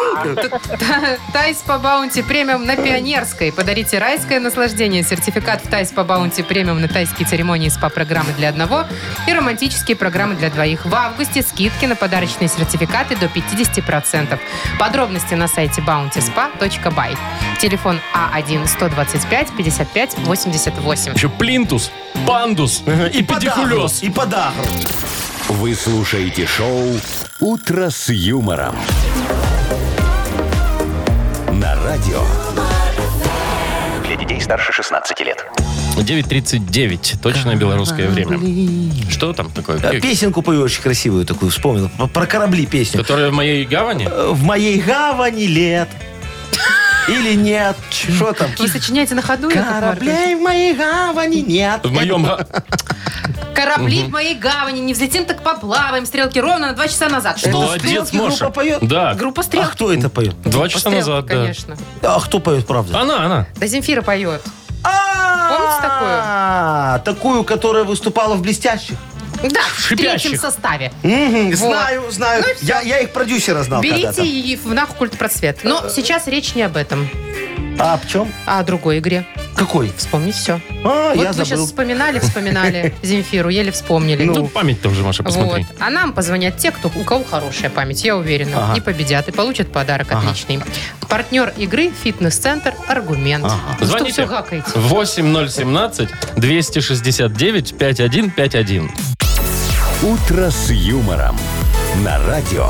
Speaker 2: Т- Тайс по баунти премиум на Пионерской. Подарите райское наслаждение. Сертификат в Тайс по баунти премиум на тайские церемонии СПА-программы для одного и романтические программы для двоих. В августе скидки на подарочные сертификаты до 50%. Подробности на сайте bountyspa.by. Телефон А А1-125-55-88.
Speaker 4: Еще плинтус, пандус и педикулез.
Speaker 3: И подагр.
Speaker 1: Вы слушаете шоу «Утро с юмором». На радио.
Speaker 6: Для детей старше 16 лет.
Speaker 4: 9.39, точное белорусское время. Что там такое?
Speaker 3: А Песенку пою очень красивую такую, вспомнил. П- Про корабли песню.
Speaker 4: Которая в моей гавани?
Speaker 3: Э, В моей гавани лет. Или нет? Что там?
Speaker 2: Вы сочиняете на ходу? Яков Маркович?
Speaker 3: Кораблей в моей гавани нет.
Speaker 4: В моем... га-
Speaker 2: Корабли в моей гавани, не взлетим, так поплаваем. Стрелки ровно на два часа назад.
Speaker 4: Ну,
Speaker 2: Что
Speaker 4: Молодец,
Speaker 3: Стрелки группа
Speaker 4: Моша.
Speaker 3: поет?
Speaker 4: Да.
Speaker 2: Группа
Speaker 3: А
Speaker 2: стрел.
Speaker 3: кто это поет?
Speaker 4: Два часа
Speaker 2: Стрелки,
Speaker 4: назад, да.
Speaker 2: конечно.
Speaker 3: А кто поет, правда?
Speaker 4: Она, она.
Speaker 2: Да Земфира поет.
Speaker 4: А?
Speaker 3: Помните
Speaker 2: такую?
Speaker 3: Такую, которая выступала в «Блестящих».
Speaker 2: Да, в
Speaker 4: Шипящих.
Speaker 2: третьем составе.
Speaker 3: Мгм, Знаю,
Speaker 4: Ну
Speaker 3: знаю. Я я их продюсера знал
Speaker 2: Берите
Speaker 3: когда-то.
Speaker 2: и в нахуй культпроцвет. Но сейчас речь не об этом,
Speaker 3: А в чем?
Speaker 2: а о другой игре.
Speaker 3: Какой?
Speaker 2: Вспомнить все.
Speaker 4: Ну,
Speaker 3: А,
Speaker 2: Вот
Speaker 3: я
Speaker 2: мы сейчас
Speaker 3: забыл.
Speaker 2: вспоминали, вспоминали Земфиру, еле вспомнили.
Speaker 4: Ну, память-то уже, Маша, посмотри.
Speaker 2: Вот. А нам позвонят те, кто, у кого хорошая память, я уверена.
Speaker 3: Ага.
Speaker 2: И победят, и получат подарок отличный. Партнер игры «Фитнес-центр Аргумент». Вы Что
Speaker 4: Звоните.
Speaker 2: все гакаете?
Speaker 4: 8017-269-5151.
Speaker 1: «Утро с юмором». На радио.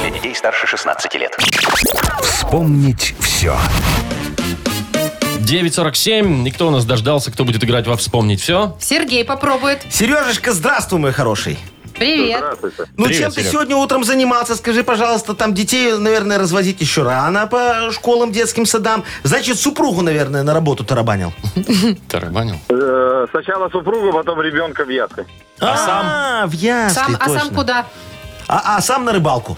Speaker 6: Для детей старше 16 лет.
Speaker 1: Вспомнить все.
Speaker 4: 947. Никто у нас дождался, кто будет играть во «Вспомнить все».
Speaker 2: Сергей попробует.
Speaker 3: Сережечка, здравствуй, мой хороший.
Speaker 2: Привет.
Speaker 3: Ну,
Speaker 4: Привет,
Speaker 3: чем ты
Speaker 4: Серег.
Speaker 3: сегодня утром занимался? Скажи, пожалуйста, там детей, наверное, развозить еще рано по школам, детским садам. Значит, супругу, наверное, на работу тарабанил.
Speaker 4: Тарабанил.
Speaker 5: Э, Сначала супругу, потом ребенка в яхте.
Speaker 3: А сам? В ясли,
Speaker 2: Сам, а сам
Speaker 3: точно.
Speaker 2: куда?
Speaker 3: А, а сам на рыбалку.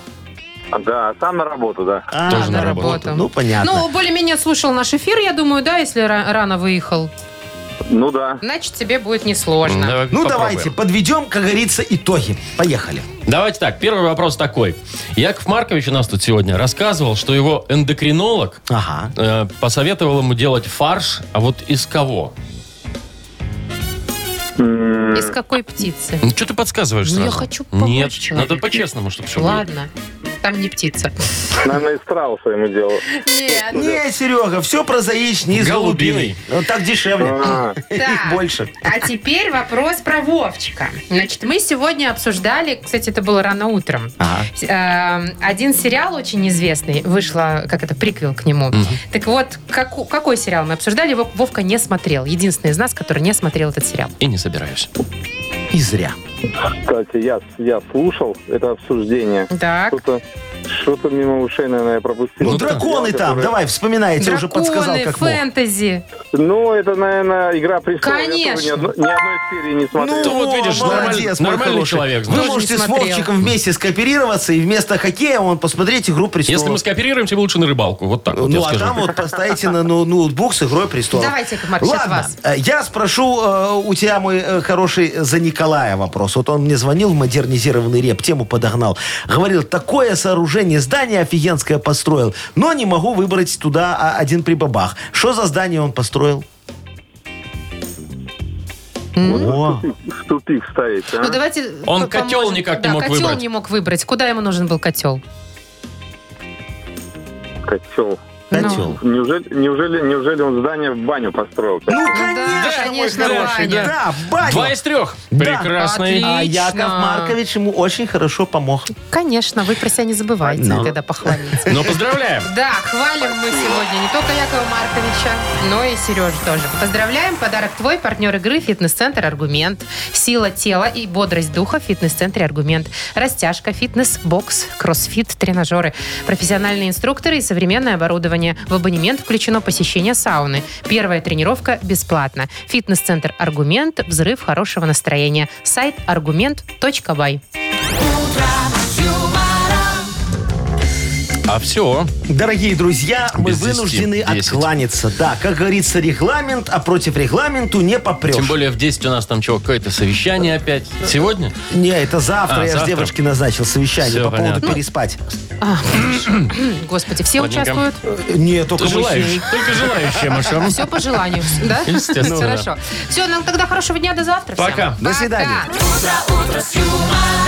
Speaker 5: Да, сам на работу, да.
Speaker 3: А,
Speaker 4: Тоже
Speaker 3: на
Speaker 4: на работу.
Speaker 3: работу. Ну, понятно.
Speaker 2: Ну, более-менее слушал наш эфир, я думаю, да, если ра- рано выехал.
Speaker 5: Ну да.
Speaker 2: Значит, тебе будет несложно.
Speaker 4: Давай
Speaker 3: Ну,
Speaker 4: попробуем.
Speaker 3: давайте, подведем, как говорится, итоги. Поехали.
Speaker 4: Давайте так, первый вопрос такой. Яков Маркович у нас тут сегодня рассказывал, что его эндокринолог
Speaker 3: Ага.
Speaker 4: э, посоветовал ему делать фарш, а вот из кого?
Speaker 2: Из какой птицы?
Speaker 4: Ну, что ты подсказываешь
Speaker 2: Ну,
Speaker 4: сразу?
Speaker 2: я хочу помочь
Speaker 4: Нет,
Speaker 2: человеку.
Speaker 4: надо по-честному, чтобы все было.
Speaker 2: Ладно. Там не птица.
Speaker 5: Наверное, из страуса ему делал.
Speaker 2: Нет.
Speaker 3: Не, Серега, все прозаично, не из
Speaker 4: Голубиной.
Speaker 3: голубиной. Вот так дешевле. Их больше.
Speaker 2: А теперь вопрос про Вовчика. Значит, мы сегодня обсуждали, кстати, это было рано утром.
Speaker 3: Ага.
Speaker 2: Э, Один сериал очень известный, вышла, как это, приквел к нему. Так вот, каку- какой сериал мы обсуждали, Вов- Вовка не смотрел. Единственный из нас, который не смотрел этот сериал.
Speaker 4: И не собираюсь.
Speaker 3: И зря.
Speaker 5: Кстати, я, я слушал это обсуждение.
Speaker 2: Так.
Speaker 5: Что-то что-то мимо ушей, наверное, я пропустил.
Speaker 3: Ну,
Speaker 4: Ну,
Speaker 3: драконы там, давай, вспоминай, я тебе уже подсказал,
Speaker 2: Драконы,
Speaker 3: как мог.
Speaker 2: фэнтези.
Speaker 5: Ну, это, наверное, игра престолов. Я тоже
Speaker 2: Конечно.
Speaker 5: ни, одно- ни одной серии не смотрел.
Speaker 4: Ну, вот видишь, нормаль-
Speaker 3: мой
Speaker 4: нормальный
Speaker 3: хороший.
Speaker 4: человек,
Speaker 3: Вы
Speaker 4: знаешь.
Speaker 2: Тоже
Speaker 3: можете с
Speaker 2: не смотрела.
Speaker 3: Вовчиком вместе скооперироваться и вместо хоккея он посмотреть «Игру престолов».
Speaker 4: Если мы скооперируемся, лучше на рыбалку. Вот так вот я
Speaker 3: ну, а
Speaker 4: скажу.
Speaker 3: там вот поставите на ноу- ноутбук с «Игрой престолов».
Speaker 2: Давайте, Яков Маркович, от
Speaker 3: Ладно,
Speaker 2: вас.
Speaker 3: э, я спрошу э, у тебя, мой э, хороший, за Николая вопрос. Вот он мне звонил в модернизированный реп, тему подогнал. Говорил, такое сооружение, здание офигенское построил, но не могу выбрать туда а, один прибабах. Что за здание он построил? О,
Speaker 5: В тупик ставить, а?
Speaker 2: Ну, давайте
Speaker 4: Он
Speaker 2: по-
Speaker 4: котел
Speaker 2: поможем.
Speaker 4: никак не
Speaker 2: Да,
Speaker 4: мог
Speaker 2: котел
Speaker 4: выбрать.
Speaker 2: не мог выбрать. Куда ему нужен был котел?
Speaker 5: Котел.
Speaker 3: котел.
Speaker 5: Неужели, неужели, неужели он здание в баню построил?
Speaker 3: Ну,
Speaker 2: да,
Speaker 3: конечно, мой
Speaker 2: конечно,
Speaker 3: хороший,
Speaker 2: Ваня.
Speaker 3: Да, в баню.
Speaker 4: Два из трех.
Speaker 3: Да.
Speaker 4: Прекрасный.
Speaker 2: Отлично.
Speaker 3: А Яков Маркович ему очень хорошо помог.
Speaker 2: Конечно, вы про себя не забывайте,
Speaker 3: Ну.
Speaker 2: когда похвалите.
Speaker 4: Ну, поздравляем.
Speaker 2: Да, хвалим мы сегодня не только Якова Марковича, но и Сережу тоже. Поздравляем, подарок твой, партнер игры «Фитнес-центр Аргумент». Сила тела и бодрость духа в «Фитнес-центре Аргумент». Растяжка, фитнес, бокс, кроссфит, тренажеры. Профессиональные инструкторы и современное оборудование. В абонемент включено посещение сауны. Первая тренировка бесплатно. Фитнес-центр «Аргумент». Взрыв хорошего настроения. Сайт аргумент.бай.
Speaker 4: А все.
Speaker 3: Дорогие друзья, мы
Speaker 4: Без десяти.
Speaker 3: вынуждены
Speaker 4: Десять.
Speaker 3: откланяться. Да, как говорится, регламент, а против регламенту не попрешь.
Speaker 4: Тем более в 10 у нас там чего, какое-то совещание опять. Сегодня?
Speaker 3: Не, это завтра
Speaker 4: А,
Speaker 3: я
Speaker 4: завтра.
Speaker 3: с девушки назначил совещание
Speaker 4: Всё,
Speaker 3: по поводу
Speaker 4: понятно.
Speaker 3: переспать.
Speaker 2: Господи, все
Speaker 4: Ладненько.
Speaker 2: участвуют?
Speaker 3: Не, только мы с
Speaker 4: Желающие.
Speaker 3: ней.
Speaker 4: Только желающие, Маша.
Speaker 2: Все по желанию, да?
Speaker 4: Естественно.
Speaker 2: Хорошо. Все, нам тогда хорошего дня, до завтра. всем.
Speaker 4: Пока.
Speaker 3: До свидания.
Speaker 2: Пока.
Speaker 9: Утро, утро с юмором.